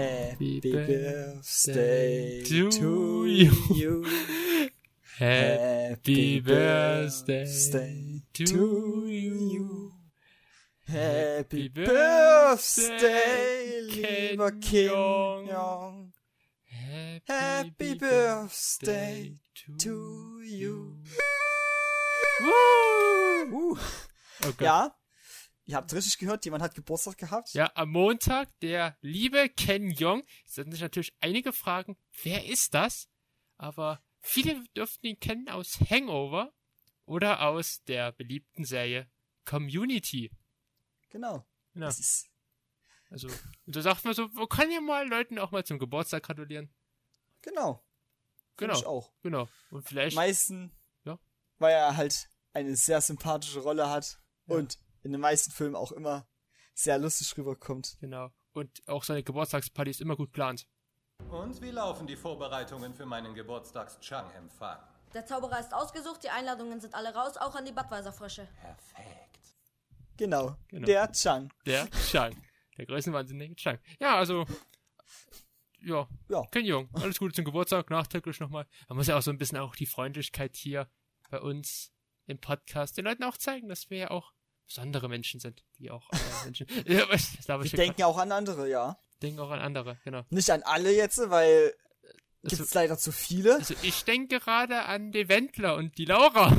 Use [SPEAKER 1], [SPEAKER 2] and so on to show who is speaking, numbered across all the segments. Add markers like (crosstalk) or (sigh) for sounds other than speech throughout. [SPEAKER 1] Happy Birthday to you. Happy Birthday to you. Happy Birthday, lieber Kim Jong. Happy Birthday to you. Uh.
[SPEAKER 2] Oh Gott.
[SPEAKER 1] Ja, ihr habt richtig gehört, jemand hat Geburtstag gehabt.
[SPEAKER 2] Ja, am Montag, der liebe Ken Jong. Es sind sich natürlich einige Fragen, wer ist das? Aber viele dürften ihn kennen aus Hangover oder aus der beliebten Serie Community.
[SPEAKER 1] Genau.
[SPEAKER 2] Ja.
[SPEAKER 1] Das ist
[SPEAKER 2] Also, und da sagt man so, man kann ja mal Leuten auch mal zum Geburtstag gratulieren.
[SPEAKER 1] Genau. Find
[SPEAKER 2] Genau.
[SPEAKER 1] Ich auch.
[SPEAKER 2] Genau. Und vielleicht,
[SPEAKER 1] Meisten,
[SPEAKER 2] Ja.
[SPEAKER 1] weil er halt eine sehr sympathische Rolle hat
[SPEAKER 2] Ja.
[SPEAKER 1] und in den meisten Filmen auch immer sehr lustig rüberkommt.
[SPEAKER 2] genau. Und auch seine Geburtstagsparty ist immer gut geplant.
[SPEAKER 3] Und wie laufen die Vorbereitungen für meinen Geburtstags-Chang-Empfang?
[SPEAKER 4] Der Zauberer ist ausgesucht, die Einladungen sind alle raus, auch an die Badweiser Frösche.
[SPEAKER 3] Perfekt.
[SPEAKER 1] Genau.
[SPEAKER 2] Genau.
[SPEAKER 1] Der Chang. (laughs)
[SPEAKER 2] Der Chang. Der größenwahnsinnige Chang. Ja, also, ja,
[SPEAKER 1] Ja.
[SPEAKER 2] Ken Jung. Alles Gute zum Geburtstag, nachträglich nochmal. Man muss ja auch so ein bisschen auch die Freundlichkeit hier bei uns im Podcast den Leuten auch zeigen, dass wir ja auch besondere Menschen sind, die auch
[SPEAKER 1] (laughs)
[SPEAKER 2] andere Menschen. Ja, was, das darf
[SPEAKER 1] Wir
[SPEAKER 2] ich
[SPEAKER 1] denken ja auch an andere, ja.
[SPEAKER 2] denken auch an andere, genau.
[SPEAKER 1] Nicht an alle jetzt, weil
[SPEAKER 2] Also-
[SPEAKER 1] gibt's leider zu viele.
[SPEAKER 2] Also ich denke gerade an die Wendler und die Laura.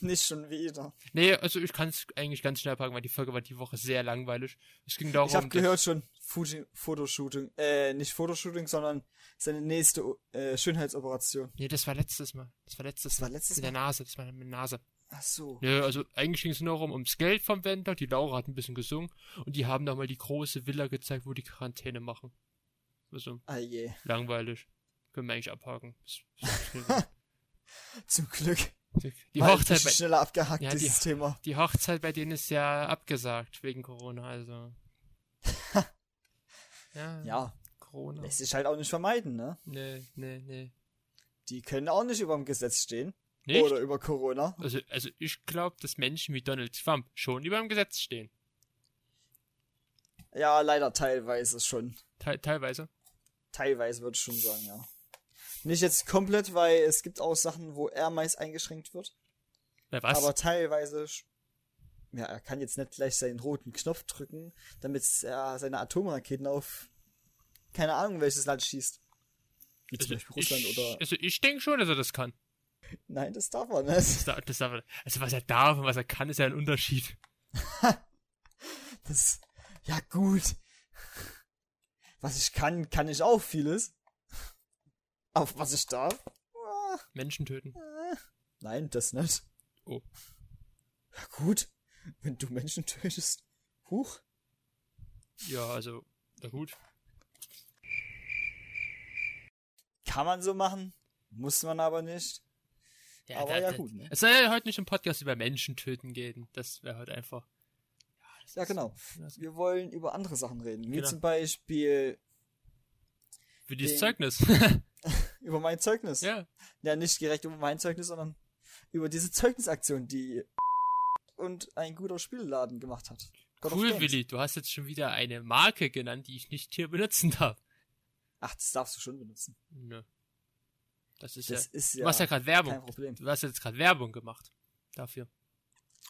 [SPEAKER 1] Nicht schon wieder.
[SPEAKER 2] Nee, also ich kann es eigentlich ganz schnell packen, weil die Folge war die Woche sehr langweilig. Es ging darum,
[SPEAKER 1] Ich habe
[SPEAKER 2] dass-
[SPEAKER 1] gehört schon, Fuji Fotoshooting, äh, nicht Fotoshooting, sondern seine nächste äh, Schönheitsoperation.
[SPEAKER 2] Nee, das war letztes Mal. Das war letztes
[SPEAKER 1] Das war letztes
[SPEAKER 2] In der Nase, das war mit der Nase.
[SPEAKER 1] Ach so.
[SPEAKER 2] Nö, also eigentlich ging es nur um, ums Geld vom Wendler. Die Laura hat ein bisschen gesungen und die haben nochmal die große Villa gezeigt, wo die Quarantäne machen. Also
[SPEAKER 1] Ah je.
[SPEAKER 2] langweilig. Können wir eigentlich abhaken.
[SPEAKER 1] (laughs) Zum Glück.
[SPEAKER 2] die,
[SPEAKER 1] War ein
[SPEAKER 2] Hochzeit
[SPEAKER 1] bisschen
[SPEAKER 2] bei,
[SPEAKER 1] schneller abgehackt,
[SPEAKER 2] Ja, die-
[SPEAKER 1] dieses Thema.
[SPEAKER 2] die Hochzeit bei denen ist ja abgesagt wegen Corona, also.
[SPEAKER 1] (laughs)
[SPEAKER 2] ja,
[SPEAKER 1] Ja,
[SPEAKER 2] Corona.
[SPEAKER 1] lässt sich halt auch nicht vermeiden, ne?
[SPEAKER 2] Nee, nee, nee.
[SPEAKER 1] Die können auch nicht über dem Gesetz stehen.
[SPEAKER 2] Nicht?
[SPEAKER 1] Oder über Corona.
[SPEAKER 2] Also, also ich glaube, dass Menschen wie Donald Trump schon über dem Gesetz stehen.
[SPEAKER 1] Ja, leider teilweise schon.
[SPEAKER 2] Te teilweise.
[SPEAKER 1] Teilweise würde ich schon sagen, ja. Nicht jetzt komplett, weil es gibt auch Sachen, wo er meist eingeschränkt wird.
[SPEAKER 2] Na was?
[SPEAKER 1] Aber teilweise. sch- Ja, er kann jetzt nicht gleich seinen roten Knopf drücken, damit er seine Atomraketen auf keine Ahnung welches Land schießt. Wie zum Beispiel Russland
[SPEAKER 2] ich,
[SPEAKER 1] oder.
[SPEAKER 2] Also ich denke schon, dass er das kann.
[SPEAKER 1] Nein, das darf man nicht. (laughs)
[SPEAKER 2] Das darf, das darf, also was er darf und was er kann, ist ja ein Unterschied.
[SPEAKER 1] Das. Ja, gut. Was ich kann, kann ich auch vieles. Aber was ich darf? ah,
[SPEAKER 2] Menschen töten.
[SPEAKER 1] Nein, das nicht.
[SPEAKER 2] Oh.
[SPEAKER 1] Ja, gut. Wenn du Menschen tötest. Huch.
[SPEAKER 2] Ja, also, na gut.
[SPEAKER 1] Kann man so machen. Muss man aber nicht.
[SPEAKER 2] Ja,
[SPEAKER 1] Aber
[SPEAKER 2] da-
[SPEAKER 1] ja,
[SPEAKER 2] da-
[SPEAKER 1] gut, ne?
[SPEAKER 2] Es soll ja heute nicht im Podcast über Menschen töten gehen. Das wäre heute einfach. das
[SPEAKER 1] Ja,
[SPEAKER 2] ist-
[SPEAKER 1] genau.
[SPEAKER 2] das-
[SPEAKER 1] Wir wollen über andere Sachen reden. Wie
[SPEAKER 2] Genau.
[SPEAKER 1] zum Beispiel
[SPEAKER 2] Für dieses
[SPEAKER 1] Den- (laughs)
[SPEAKER 2] Zeugnis. (laughs)
[SPEAKER 1] über mein Zeugnis.
[SPEAKER 2] ja.
[SPEAKER 1] ja, nicht direkt über mein Zeugnis, sondern über diese Zeugnisaktion, die und ein guter Spielladen gemacht hat. God of
[SPEAKER 2] Cool,
[SPEAKER 1] Games.
[SPEAKER 2] Willi. Du hast jetzt schon wieder eine Marke genannt, die ich nicht hier benutzen darf.
[SPEAKER 1] Ach, das darfst du schon benutzen.
[SPEAKER 2] Nö. Das ist
[SPEAKER 1] Das
[SPEAKER 2] ja.
[SPEAKER 1] ist
[SPEAKER 2] äh, Du
[SPEAKER 1] ja,
[SPEAKER 2] machst ja gerade Werbung.
[SPEAKER 1] kein Problem.
[SPEAKER 2] Du hast jetzt gerade Werbung gemacht. Dafür.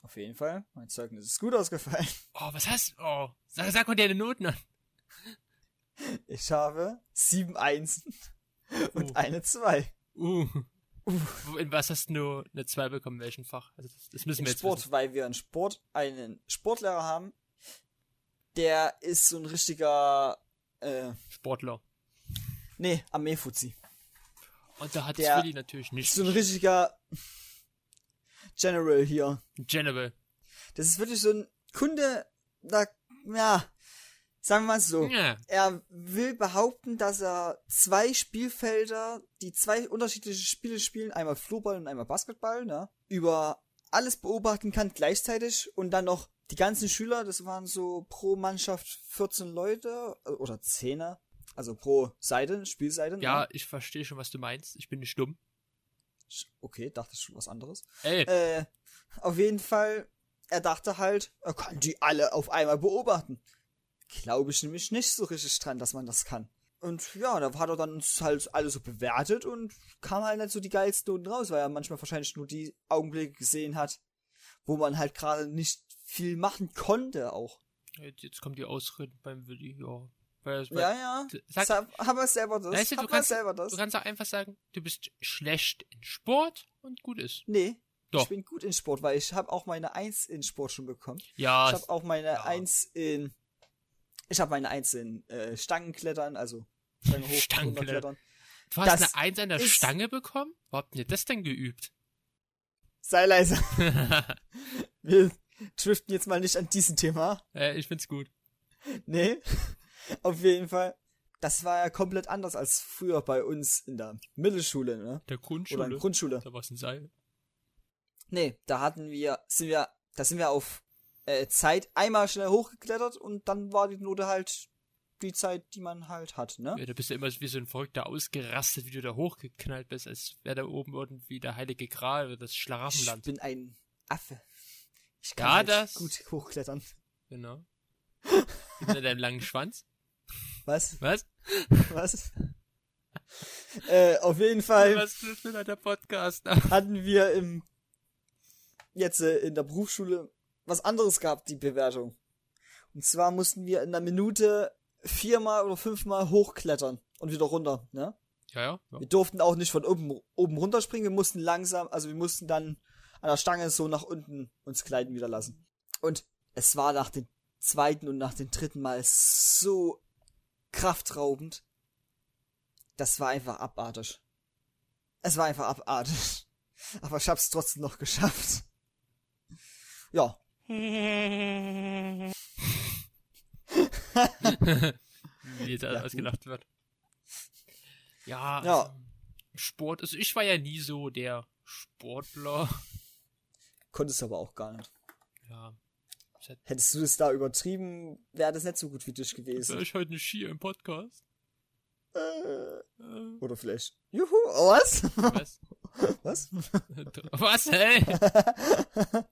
[SPEAKER 1] Auf jeden Fall, mein Zeugnis ist gut ausgefallen. (laughs)
[SPEAKER 2] Oh, was hast Oh, sag, sag mal deine Noten an.
[SPEAKER 1] Ich habe sieben Einsen und
[SPEAKER 2] Oh.
[SPEAKER 1] eine Zwei.
[SPEAKER 2] Uh. Wo- In was hast du eine 2 bekommen? Welchen Fach? Also das, das
[SPEAKER 1] Uh.
[SPEAKER 2] müssen
[SPEAKER 1] Im
[SPEAKER 2] wir jetzt
[SPEAKER 1] Sport,
[SPEAKER 2] wissen.
[SPEAKER 1] weil wir einen Sport, einen Sportlehrer haben, der ist so ein richtiger, äh,
[SPEAKER 2] Sportler.
[SPEAKER 1] nee, Armeefuzi.
[SPEAKER 2] Und da hat
[SPEAKER 1] Der-
[SPEAKER 2] Willi natürlich nicht.
[SPEAKER 1] Ist so ein richtiger General hier.
[SPEAKER 2] General.
[SPEAKER 1] Das ist wirklich so ein Kunde, da, ja, sagen wir mal so.
[SPEAKER 2] Ja.
[SPEAKER 1] Er will behaupten, dass er zwei Spielfelder, die zwei unterschiedliche Spiele spielen, einmal Floorball und einmal Basketball, ne, über alles beobachten kann gleichzeitig und dann noch die ganzen Schüler, das waren so pro Mannschaft 14 Leute äh, oder 10er, also pro Seite, Spielseite.
[SPEAKER 2] ja,
[SPEAKER 1] Ne?
[SPEAKER 2] ich verstehe schon, was du meinst. Ich bin nicht dumm.
[SPEAKER 1] Okay, dachte ich schon was anderes.
[SPEAKER 2] Ey,
[SPEAKER 1] Äh, auf jeden Fall, er dachte halt, er kann die alle auf einmal beobachten. glaube ich nämlich nicht so richtig dran, dass man das kann. Und ja, da hat er dann uns halt alle so bewertet und kam halt nicht so die geilsten Noten raus, weil er manchmal wahrscheinlich nur die Augenblicke gesehen hat, wo man halt gerade nicht viel machen konnte auch.
[SPEAKER 2] Jetzt, jetzt kommen die Ausreden beim Willi, ja. Weil, weil,
[SPEAKER 1] Ja, ja.
[SPEAKER 2] Sag-
[SPEAKER 1] Sag, haben wir selber das?
[SPEAKER 2] Weißt du, du
[SPEAKER 1] haben wir
[SPEAKER 2] kannst-
[SPEAKER 1] selber das?
[SPEAKER 2] Du kannst auch einfach sagen, du bist schlecht in Sport und gut ist.
[SPEAKER 1] nee.
[SPEAKER 2] Doch.
[SPEAKER 1] Ich bin gut in Sport, weil ich habe auch meine Eins in Sport schon bekommen.
[SPEAKER 2] Ja,
[SPEAKER 1] Ah, ich habe auch meine
[SPEAKER 2] ja.
[SPEAKER 1] Eins in. Ich habe meine Eins in äh, Stangenklettern, also Stangen hoch,
[SPEAKER 2] Stangenklettern.
[SPEAKER 1] runterklettern.
[SPEAKER 2] du hast
[SPEAKER 1] das
[SPEAKER 2] eine Eins an der
[SPEAKER 1] ist-
[SPEAKER 2] Stange bekommen? Wo habt ihr das denn geübt?
[SPEAKER 1] Sei (laughs) leise. Wir driften jetzt mal nicht an diesem Thema.
[SPEAKER 2] äh, ich find's gut.
[SPEAKER 1] Nee. (laughs) Auf jeden Fall. Das war ja komplett anders als früher bei uns in der Mittelschule, ne?
[SPEAKER 2] Der
[SPEAKER 1] Oder
[SPEAKER 2] Grundschule.
[SPEAKER 1] in der Grundschule.
[SPEAKER 2] da war's ein Seil.
[SPEAKER 1] Nee, da hatten wir, sind wir, da sind wir auf äh, Zeit einmal schnell hochgeklettert und dann war die Note halt die Zeit, die man halt hat, ne?
[SPEAKER 2] Ja, da bist du immer wie so ein Verrückter ausgerastet, wie du da hochgeknallt bist, als wäre da oben irgendwie der heilige Gral oder das
[SPEAKER 1] Ich
[SPEAKER 2] Schlaraffenland.
[SPEAKER 1] bin ein Affe. Ich
[SPEAKER 2] Ja,
[SPEAKER 1] kann halt
[SPEAKER 2] das-
[SPEAKER 1] gut hochklettern.
[SPEAKER 2] Genau. Mit deinem langen Schwanz.
[SPEAKER 1] Was?
[SPEAKER 2] Was?
[SPEAKER 1] Was? (laughs) äh, auf jeden Fall
[SPEAKER 2] Was ist denn der Podcast? (laughs)
[SPEAKER 1] hatten wir im jetzt äh, in der Berufsschule was anderes gehabt, die Bewertung. Und zwar mussten wir in einer Minute viermal oder fünfmal hochklettern und wieder runter, ne?
[SPEAKER 2] Ja, ja. ja.
[SPEAKER 1] Wir durften auch nicht von oben, oben runterspringen, wir mussten langsam, also wir mussten dann an der Stange so nach unten uns gleiten wieder lassen. Und es war nach dem zweiten und nach dem dritten Mal so kraftraubend. Das war einfach abartig. Es war einfach abartig. Aber ich hab's trotzdem noch geschafft. Ja.
[SPEAKER 2] wie jetzt
[SPEAKER 1] Ja,
[SPEAKER 2] ausgelacht wird. Ja,
[SPEAKER 1] Ja.
[SPEAKER 2] Also, Sport, also ich war ja nie so der Sportler.
[SPEAKER 1] Konntest aber auch gar nicht.
[SPEAKER 2] Ja. Das hat-
[SPEAKER 1] Hättest du es da übertrieben, wäre das nicht so gut wie dich
[SPEAKER 2] Soll
[SPEAKER 1] gewesen.
[SPEAKER 2] ich heute eine Ski
[SPEAKER 1] (laughs)
[SPEAKER 2] im Podcast?
[SPEAKER 1] Äh,
[SPEAKER 2] Äh,
[SPEAKER 1] Oder vielleicht. Juhu, oh, was? (laughs)
[SPEAKER 2] was?
[SPEAKER 1] Was?
[SPEAKER 2] (laughs) was, ey?
[SPEAKER 1] (laughs)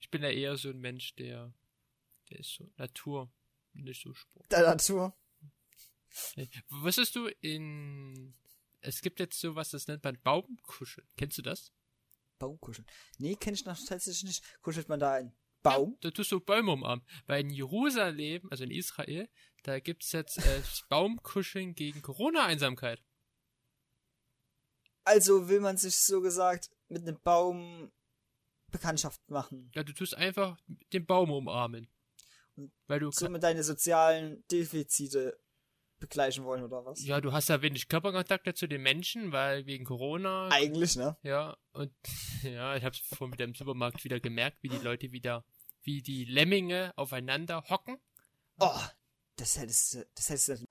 [SPEAKER 2] Ich bin ja eher so ein Mensch, der, der ist so Natur, nicht so Sport.
[SPEAKER 1] Der Natur.
[SPEAKER 2] Ey, Wusstest du in, es gibt jetzt sowas, das nennt man Baumkuscheln. Kennst du das?
[SPEAKER 1] Baumkuscheln. Nee, kenn ich noch tatsächlich nicht. Kuschelt man da einen Baum?
[SPEAKER 2] Ja, da tust du Bäume umarmen. Weil in Jerusalem, also in Israel, da gibt's jetzt äh, Baumkuscheln gegen Corona-Einsamkeit.
[SPEAKER 1] Also will man sich so gesagt mit einem Baum Bekanntschaft machen.
[SPEAKER 2] Ja, du tust einfach den Baum umarmen. Weil du,
[SPEAKER 1] So mit deine sozialen Defizite begleichen wollen oder was?
[SPEAKER 2] ja, du hast ja wenig Körperkontakte zu den Menschen, weil wegen Corona,
[SPEAKER 1] Eigentlich, ne?
[SPEAKER 2] ja, und, (laughs) ja, ich hab's vorhin wieder im Supermarkt wieder gemerkt, wie die Leute wieder, wie die Lemminge aufeinander hocken.
[SPEAKER 1] Oh, das hättest du, das hättest du nicht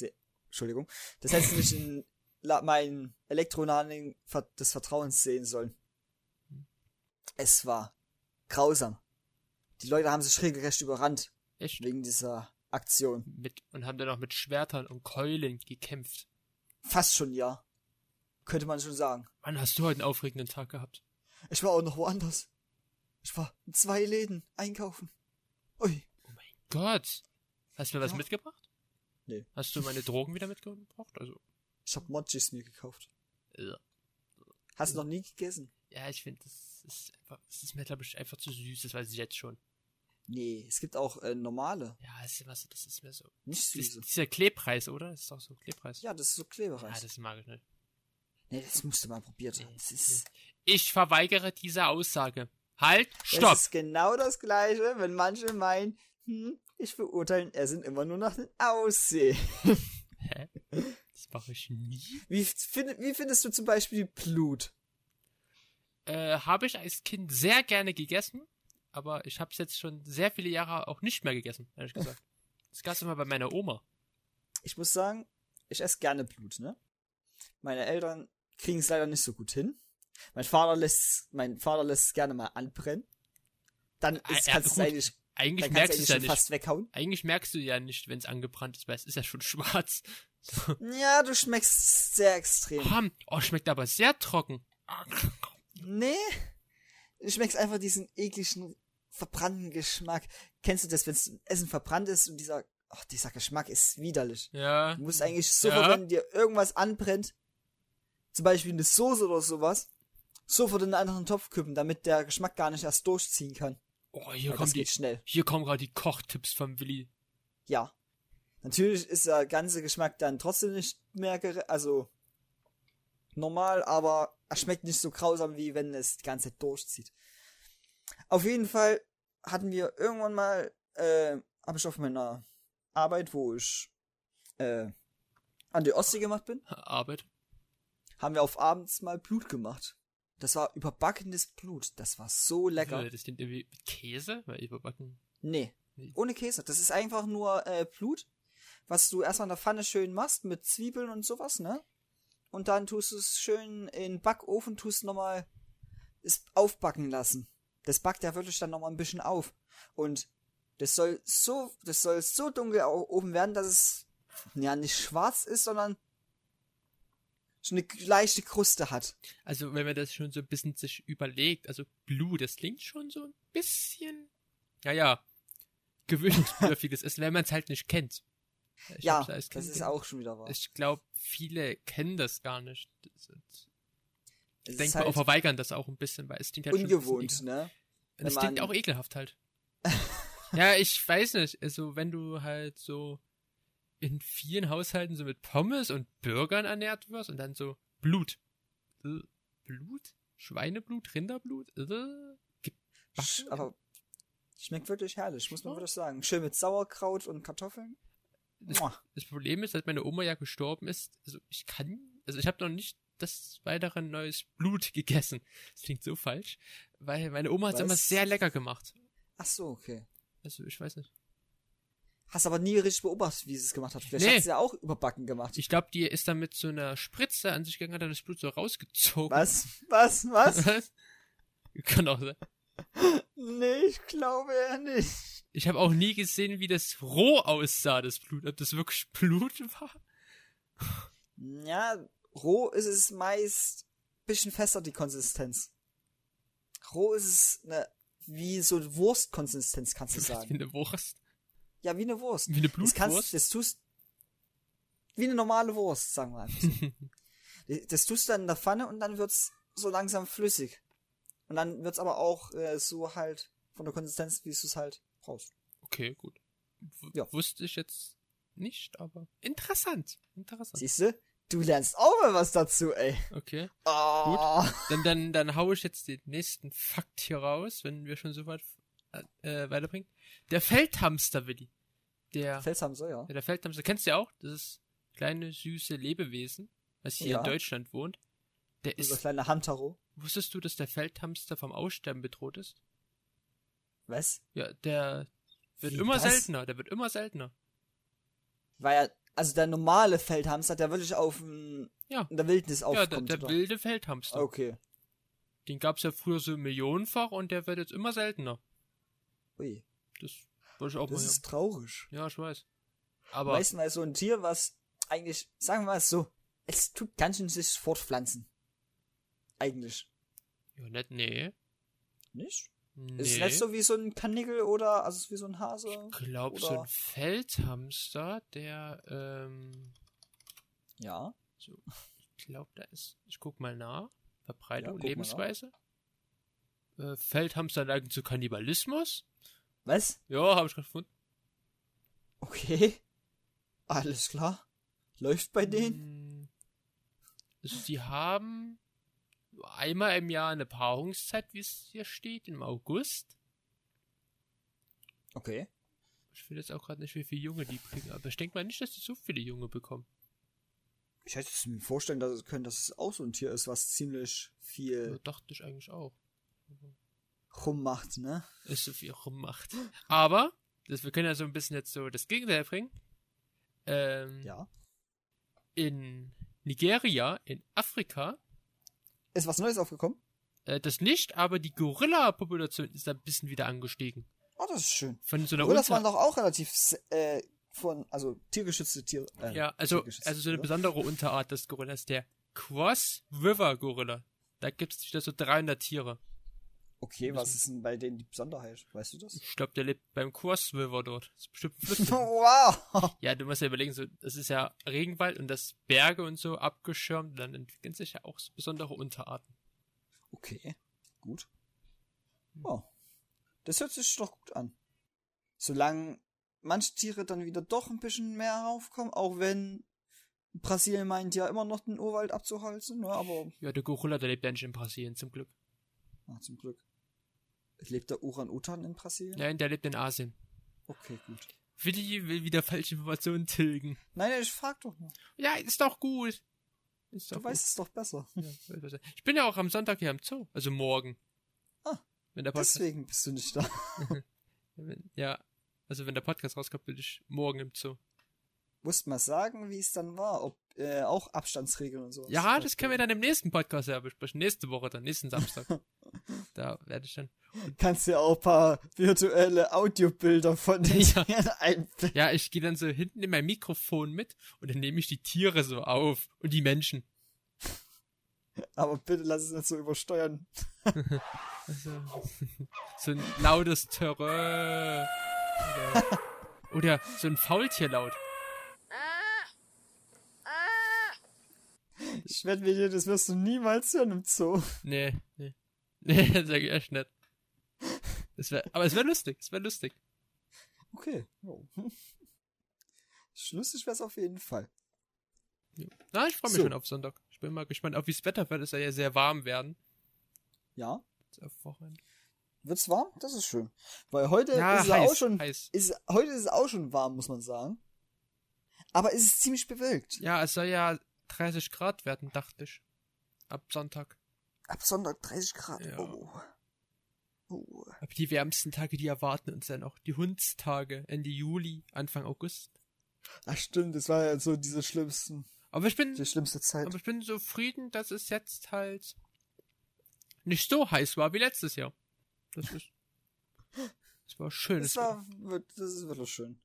[SPEAKER 1] in (laughs) Entschuldigung. Das hättest du nicht in la- meinen Elektronaning ver- des Vertrauens sehen sollen. Es war grausam. Die Leute haben sich regelrecht überrannt
[SPEAKER 2] Echt?
[SPEAKER 1] wegen dieser Aktion.
[SPEAKER 2] Mit, und haben dann auch mit Schwertern und Keulen gekämpft.
[SPEAKER 1] Fast schon ja. Könnte man schon sagen.
[SPEAKER 2] Mann, hast du heute einen aufregenden Tag gehabt?
[SPEAKER 1] Ich war auch noch woanders. Ich war in zwei Läden einkaufen. Ui.
[SPEAKER 2] Gott. Hast du mir was
[SPEAKER 1] Ja.
[SPEAKER 2] mitgebracht?
[SPEAKER 1] Nee.
[SPEAKER 2] Hast
[SPEAKER 1] (laughs)
[SPEAKER 2] du meine Drogen wieder mitgebracht? Also,
[SPEAKER 1] Ich hab Mochis mir gekauft.
[SPEAKER 2] ja,
[SPEAKER 1] Hast du noch nie gegessen?
[SPEAKER 2] ja ich finde, das ist einfach, das ist mir, glaube ich, einfach zu süß, das weiß ich jetzt schon.
[SPEAKER 1] Nee, es gibt auch äh, normale,
[SPEAKER 2] Ja, das ist immer so, das ist mir so.
[SPEAKER 1] nicht
[SPEAKER 2] Das ist
[SPEAKER 1] süße.
[SPEAKER 2] dieser Klebreis, oder? Das ist doch so Klebreis.
[SPEAKER 1] Ja, das ist so
[SPEAKER 2] ja
[SPEAKER 1] Klebereis.
[SPEAKER 2] Ah, das mag ich nicht.
[SPEAKER 1] nee, das musst du mal probiert haben. Das ist,
[SPEAKER 2] Ich verweigere diese Aussage. Halt, stopp!
[SPEAKER 1] das ist genau das gleiche, wenn manche meinen, hm, ich verurteile Essen immer nur nach dem Aussehen.
[SPEAKER 2] Hä? Das mache ich nie.
[SPEAKER 1] Wie, find, wie findest du zum Beispiel Blut?
[SPEAKER 2] Äh, habe ich als Kind sehr gerne gegessen, aber ich habe es jetzt schon sehr viele Jahre auch nicht mehr gegessen,
[SPEAKER 1] (laughs)
[SPEAKER 2] ehrlich gesagt. Das gab's immer bei meiner Oma.
[SPEAKER 1] ich muss sagen, ich esse gerne Blut, ne? Meine Eltern kriegen es leider nicht so gut hin. Mein Vater lässt, mein Vater lässt es gerne mal anbrennen. Dann
[SPEAKER 2] Ah,
[SPEAKER 1] ist,
[SPEAKER 2] ja,
[SPEAKER 1] kannst du
[SPEAKER 2] gut.
[SPEAKER 1] es eigentlich,
[SPEAKER 2] Eigentlich
[SPEAKER 1] dann kannst du
[SPEAKER 2] merkst du
[SPEAKER 1] eigentlich
[SPEAKER 2] es ja
[SPEAKER 1] schon
[SPEAKER 2] nicht.
[SPEAKER 1] fast weghauen.
[SPEAKER 2] (laughs) Eigentlich merkst du ja nicht, wenn es angebrannt ist, weil es ist ja schon (laughs) schwarz.
[SPEAKER 1] Ja, du schmeckst sehr extrem.
[SPEAKER 2] Bam. Oh, schmeckt aber sehr trocken.
[SPEAKER 1] Nee, du schmeckst einfach diesen ekligen, verbrannten Geschmack. Kennst du das, wenn Essen verbrannt ist und dieser Ach, dieser Geschmack ist widerlich.
[SPEAKER 2] Ja.
[SPEAKER 1] Du musst eigentlich sofort,
[SPEAKER 2] Ja.
[SPEAKER 1] wenn dir irgendwas anbrennt, zum Beispiel eine Soße oder sowas, sofort in einen anderen Topf kippen, damit der Geschmack gar nicht erst durchziehen kann.
[SPEAKER 2] Oh,
[SPEAKER 1] Weil
[SPEAKER 2] hier
[SPEAKER 1] das
[SPEAKER 2] kommen die,
[SPEAKER 1] geht schnell.
[SPEAKER 2] hier kommen gerade die Kochtipps von Willi.
[SPEAKER 1] Ja. Natürlich ist der ganze Geschmack dann trotzdem nicht mehr, gere- also normal, aber er schmeckt nicht so grausam, wie wenn es die ganze Zeit durchzieht. Auf jeden Fall hatten wir irgendwann mal, äh, habe ich auf meiner Arbeit, wo ich äh, an die Ostsee gemacht bin,
[SPEAKER 2] Arbeit.
[SPEAKER 1] haben wir auf abends mal Blut gemacht. Das war überbackenes Blut. Das war so lecker.
[SPEAKER 2] Äh, Das klingt irgendwie mit Käse, weil überbacken.
[SPEAKER 1] Nee.
[SPEAKER 2] Nee.
[SPEAKER 1] Ohne Käse. Das ist einfach nur äh, Blut, was du erstmal in der Pfanne schön machst mit Zwiebeln und sowas, ne? Und dann tust du es schön in den Backofen, tust nochmal es aufbacken lassen. Das backt ja wirklich dann nochmal ein bisschen auf. Und das soll so, das soll so dunkel au- oben werden, dass es ja nicht schwarz ist, sondern schon eine leichte Kruste hat.
[SPEAKER 2] Also, wenn man das schon so ein bisschen sich überlegt, also Blue, das klingt schon so ein bisschen, naja,
[SPEAKER 1] (laughs)
[SPEAKER 2] gewöhnungsbedürftiges Essen, wenn man es halt nicht kennt. Ich
[SPEAKER 1] ja,
[SPEAKER 2] hab's als Kind
[SPEAKER 1] das ist
[SPEAKER 2] gen-
[SPEAKER 1] auch schon wieder wahr.
[SPEAKER 2] Ich glaube, viele kennen das gar nicht. Das ist-
[SPEAKER 1] Es
[SPEAKER 2] Ich
[SPEAKER 1] ist halt
[SPEAKER 2] denke mal, auch verweigern das auch ein bisschen, weil es klingt halt schon ein bisschen
[SPEAKER 1] ungewohnt,
[SPEAKER 2] ekel-
[SPEAKER 1] ne? wenn
[SPEAKER 2] Es klingt
[SPEAKER 1] man-
[SPEAKER 2] auch ekelhaft halt. (laughs) ja, ich weiß nicht, also wenn du halt so in vielen Haushalten so mit Pommes und Burgern ernährt wirst und dann so Blut. Äh, Blut? Schweineblut? Rinderblut? Äh,
[SPEAKER 1] Sch-
[SPEAKER 2] gebacken?
[SPEAKER 1] Aber schmeckt wirklich herrlich, muss man wirklich sagen. Schön mit Sauerkraut und Kartoffeln.
[SPEAKER 2] Das-
[SPEAKER 1] Mua.
[SPEAKER 2] Das Problem ist, dass meine Oma ja gestorben ist. Also ich kann, also ich habe noch nicht das weitere neues Blut gegessen. Das klingt so falsch, weil meine Oma hat
[SPEAKER 1] Was?
[SPEAKER 2] immer sehr lecker gemacht.
[SPEAKER 1] Ach so, okay.
[SPEAKER 2] Also ich weiß nicht.
[SPEAKER 1] Hast aber nie richtig beobachtet, wie sie es gemacht hat. Vielleicht
[SPEAKER 2] Nee.
[SPEAKER 1] hat sie ja auch überbacken gemacht.
[SPEAKER 2] Ich glaube, die ist dann mit so einer Spritze an sich gegangen, hat dann das Blut so rausgezogen.
[SPEAKER 1] was? Was?
[SPEAKER 2] (laughs)
[SPEAKER 1] Was?
[SPEAKER 2] Was? Kann auch sein.
[SPEAKER 1] nee, ich glaube ja nicht.
[SPEAKER 2] Ich habe auch nie gesehen, wie das roh aussah, das Blut. Ob das wirklich Blut war?
[SPEAKER 1] Ja, roh ist es meist ein bisschen fester, die Konsistenz. Roh ist es eine, wie so eine Wurstkonsistenz, kannst du
[SPEAKER 2] Wie
[SPEAKER 1] sagen.
[SPEAKER 2] eine Wurst.
[SPEAKER 1] Ja, wie eine Wurst.
[SPEAKER 2] Wie eine
[SPEAKER 1] Das kannst,
[SPEAKER 2] Blutwurst.
[SPEAKER 1] das tust wie eine normale Wurst, sagen wir
[SPEAKER 2] (laughs)
[SPEAKER 1] mal. das tust du dann in der Pfanne und dann wird's so langsam flüssig. Und dann wird's aber auch äh, so halt von der Konsistenz, wie du es halt brauchst.
[SPEAKER 2] Okay, gut. W
[SPEAKER 1] Ja.
[SPEAKER 2] Wusste ich jetzt nicht, aber interessant. Interessant.
[SPEAKER 1] Siehst du? Du lernst auch mal was dazu, ey.
[SPEAKER 2] Okay.
[SPEAKER 1] Oh.
[SPEAKER 2] Dann, dann, dann hau ich jetzt den nächsten Fakt hier raus, wenn wir schon so weit äh, weiterbringen. Der Feldhamster, Willi. Der,
[SPEAKER 1] Fels haben sie, ja.
[SPEAKER 2] ja, der Feldhamster, kennst du ja auch? Das ist kleine, süße Lebewesen, was hier
[SPEAKER 1] Ja.
[SPEAKER 2] in Deutschland wohnt. Der
[SPEAKER 1] Unser
[SPEAKER 2] ist,
[SPEAKER 1] kleiner Hamtaro.
[SPEAKER 2] wusstest du, dass der Feldhamster vom Aussterben bedroht ist?
[SPEAKER 1] Was?
[SPEAKER 2] Ja, der wird
[SPEAKER 1] Wie,
[SPEAKER 2] immer
[SPEAKER 1] was?
[SPEAKER 2] seltener, der wird immer seltener.
[SPEAKER 1] Weil ja, also der normale Feldhamster, der wirklich auf dem,
[SPEAKER 2] Ja.
[SPEAKER 1] in der Wildnis
[SPEAKER 2] Ja,
[SPEAKER 1] aufkommt.
[SPEAKER 2] der, der
[SPEAKER 1] oder?
[SPEAKER 2] wilde Feldhamster.
[SPEAKER 1] Okay.
[SPEAKER 2] Den gab's ja früher so millionenfach und der wird jetzt immer seltener.
[SPEAKER 1] Ui.
[SPEAKER 2] Das wollte ich auch
[SPEAKER 1] Das
[SPEAKER 2] mal.
[SPEAKER 1] ist traurig.
[SPEAKER 2] Ja, ich weiß. Aber
[SPEAKER 1] Meistens mal so ein Tier, was eigentlich, sagen wir mal so, es tut ganz schön sich fortpflanzen. Eigentlich.
[SPEAKER 2] Ja, nicht, nee.
[SPEAKER 1] Nicht?
[SPEAKER 2] nee.
[SPEAKER 1] Es ist nicht so wie so ein Kanickel oder, also es ist wie so ein
[SPEAKER 2] ich
[SPEAKER 1] Hase.
[SPEAKER 2] glaube, so
[SPEAKER 1] oder-
[SPEAKER 2] ein Feldhamster, der, ähm,
[SPEAKER 1] Ja.
[SPEAKER 2] so, ich glaube, da ist, ich guck mal nach, Verbreitung,
[SPEAKER 1] Ja, guck mal
[SPEAKER 2] Lebensweise. Äh, Feldhamster neigen zu Kannibalismus.
[SPEAKER 1] Was?
[SPEAKER 2] Ja, habe ich gerade gefunden.
[SPEAKER 1] Okay. (laughs) Alles klar. Läuft bei denen?
[SPEAKER 2] Mm, Also, sie haben einmal im Jahr eine Paarungszeit, wie es hier steht, im August.
[SPEAKER 1] Okay.
[SPEAKER 2] Ich will jetzt auch gerade nicht, wie viele Junge die bringen, aber ich denke mal nicht, dass die so viele Junge bekommen.
[SPEAKER 1] Ich hätte es mir vorstellen dass es können, dass es auch so ein Tier ist, was ziemlich
[SPEAKER 2] Ja,
[SPEAKER 1] viel
[SPEAKER 2] dachte ich eigentlich auch.
[SPEAKER 1] rummacht, ne?
[SPEAKER 2] ist so viel rummacht. Aber, das, wir können ja so ein bisschen jetzt so das Gegenteil bringen. Ähm,
[SPEAKER 1] Ja.
[SPEAKER 2] In Nigeria, in Afrika,
[SPEAKER 1] Ist was Neues aufgekommen?
[SPEAKER 2] äh, das nicht, aber die Gorilla-Population ist ein bisschen wieder angestiegen.
[SPEAKER 1] Oh, das ist schön.
[SPEAKER 2] Von so einer
[SPEAKER 1] Gorillas
[SPEAKER 2] Unter-
[SPEAKER 1] waren doch auch relativ, äh, von, also tiergeschützte Tiere. Äh,
[SPEAKER 2] Ja, also,
[SPEAKER 1] tiergeschützte
[SPEAKER 2] also so eine
[SPEAKER 1] Tiere.
[SPEAKER 2] besondere Unterart des Gorillas, der Cross River Gorilla. Da gibt es wieder so 300 Tiere.
[SPEAKER 1] Okay, was ist denn bei denen die Besonderheit? Weißt du
[SPEAKER 2] (laughs)
[SPEAKER 1] das?
[SPEAKER 2] Ich glaube, der lebt beim Kursriver dort. Das ist bestimmt ein
[SPEAKER 1] (laughs)
[SPEAKER 2] Flüchtling.
[SPEAKER 1] wow!
[SPEAKER 2] Ja, du musst ja überlegen, so, das ist ja Regenwald und das Berge und so abgeschirmt, dann entwickeln sich ja auch so besondere Unterarten.
[SPEAKER 1] Okay, gut.
[SPEAKER 2] Hm.
[SPEAKER 1] Oh, das hört sich doch gut an. Solange manche Tiere dann wieder doch ein bisschen mehr raufkommen, auch wenn Brasilien meint ja immer noch den Urwald abzuholzen, ne? aber
[SPEAKER 2] Ja, der Gorilla, der lebt ja nicht in Brasilien, zum Glück.
[SPEAKER 1] na, zum Glück. Lebt der Uran-Utan in Brasilien?
[SPEAKER 2] Nein, der lebt in Asien.
[SPEAKER 1] Okay, gut.
[SPEAKER 2] Willi will wieder falsche Informationen tilgen.
[SPEAKER 1] Nein, nein, ich frag doch nur.
[SPEAKER 2] Ja, ist doch gut. Ist
[SPEAKER 1] Du
[SPEAKER 2] doch
[SPEAKER 1] weißt es doch besser.
[SPEAKER 2] gut. Ja, weiß besser. ich bin ja auch am Sonntag hier im Zoo. Also morgen.
[SPEAKER 1] Ah,
[SPEAKER 2] Wenn der Podcast,
[SPEAKER 1] Deswegen bist du nicht da.
[SPEAKER 2] wenn, ja, also wenn der Podcast rauskommt, bin ich morgen im Zoo.
[SPEAKER 1] Musst mal sagen, wie es dann war, ob äh, auch Abstandsregeln und sowas.
[SPEAKER 2] Ja, das können wir dann im nächsten Podcast ja besprechen. Nächste Woche dann, nächsten (laughs) Samstag. da werde ich dann.
[SPEAKER 1] Kannst ja auch ein paar virtuelle Audiobilder
[SPEAKER 2] (laughs)
[SPEAKER 1] von den
[SPEAKER 2] Ja.
[SPEAKER 1] Tieren (laughs) einblenden.
[SPEAKER 2] Ja, ich gehe dann so hinten in mein Mikrofon mit und dann nehme ich die Tiere so auf und die Menschen.
[SPEAKER 1] Aber bitte lass es nicht so übersteuern.
[SPEAKER 2] Also, so ein lautes (laughs) Terror. Oder, oder so ein Faultierlaut.
[SPEAKER 1] Ich werde mir dir, das wirst du niemals hören im Zoo.
[SPEAKER 2] Nee, nee. (laughs) Nee, das sag ich echt nicht. Das wär, aber es wäre lustig, es wäre lustig.
[SPEAKER 1] Okay. Oh. Schlüssig wär's auf jeden Fall.
[SPEAKER 2] Na, ich freue mich
[SPEAKER 1] So.
[SPEAKER 2] schon auf Sonntag. Ich bin mal gespannt, auf wie das Wetter wird. Es soll ja sehr warm werden.
[SPEAKER 1] Ja.
[SPEAKER 2] Jetzt Auf Wochenende.
[SPEAKER 1] Wird's warm? Das ist schön. Weil heute ist es auch schon.
[SPEAKER 2] heiß.
[SPEAKER 1] Ist, heute ist es auch schon warm, muss man sagen. Aber es ist ziemlich bewölkt.
[SPEAKER 2] Ja, es soll ja 30 Grad werden, dachte ich. Ab Sonntag.
[SPEAKER 1] Ab Sonntag 30 Grad.
[SPEAKER 2] Ja.
[SPEAKER 1] Oh. Oh.
[SPEAKER 2] Aber die wärmsten Tage, die erwarten uns dann auch. Die Hundstage, Ende Juli, Anfang August.
[SPEAKER 1] Ach stimmt, das war ja so diese schlimmsten,
[SPEAKER 2] Aber ich bin,
[SPEAKER 1] die schlimmste Zeit.
[SPEAKER 2] aber ich bin zufrieden, dass es jetzt halt nicht so heiß war wie letztes Jahr. Das
[SPEAKER 1] (laughs)
[SPEAKER 2] ist, das war schön.
[SPEAKER 1] Das war, wird- das ist wirklich schön.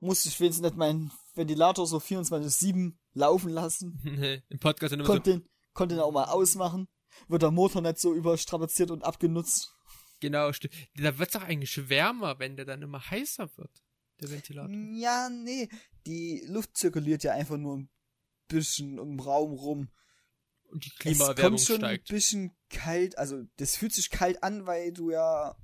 [SPEAKER 1] Muss ich wenigstens nicht meinen Ventilator so 24-7 laufen lassen.
[SPEAKER 2] Nee, (laughs) Im Podcast sind immer so,
[SPEAKER 1] Konnte den, konnt den auch mal ausmachen. Wird der Motor nicht so überstrapaziert und abgenutzt.
[SPEAKER 2] genau, sti- da wird's doch eigentlich wärmer, wenn der dann immer heißer wird, der Ventilator.
[SPEAKER 1] Mm. Ja, nee. Die Luft zirkuliert ja einfach nur ein bisschen im Raum rum.
[SPEAKER 2] Und die
[SPEAKER 1] Es
[SPEAKER 2] Klimaerwärmung
[SPEAKER 1] kommt schon
[SPEAKER 2] steigt.
[SPEAKER 1] ein bisschen kalt, also das fühlt sich kalt an, weil du ja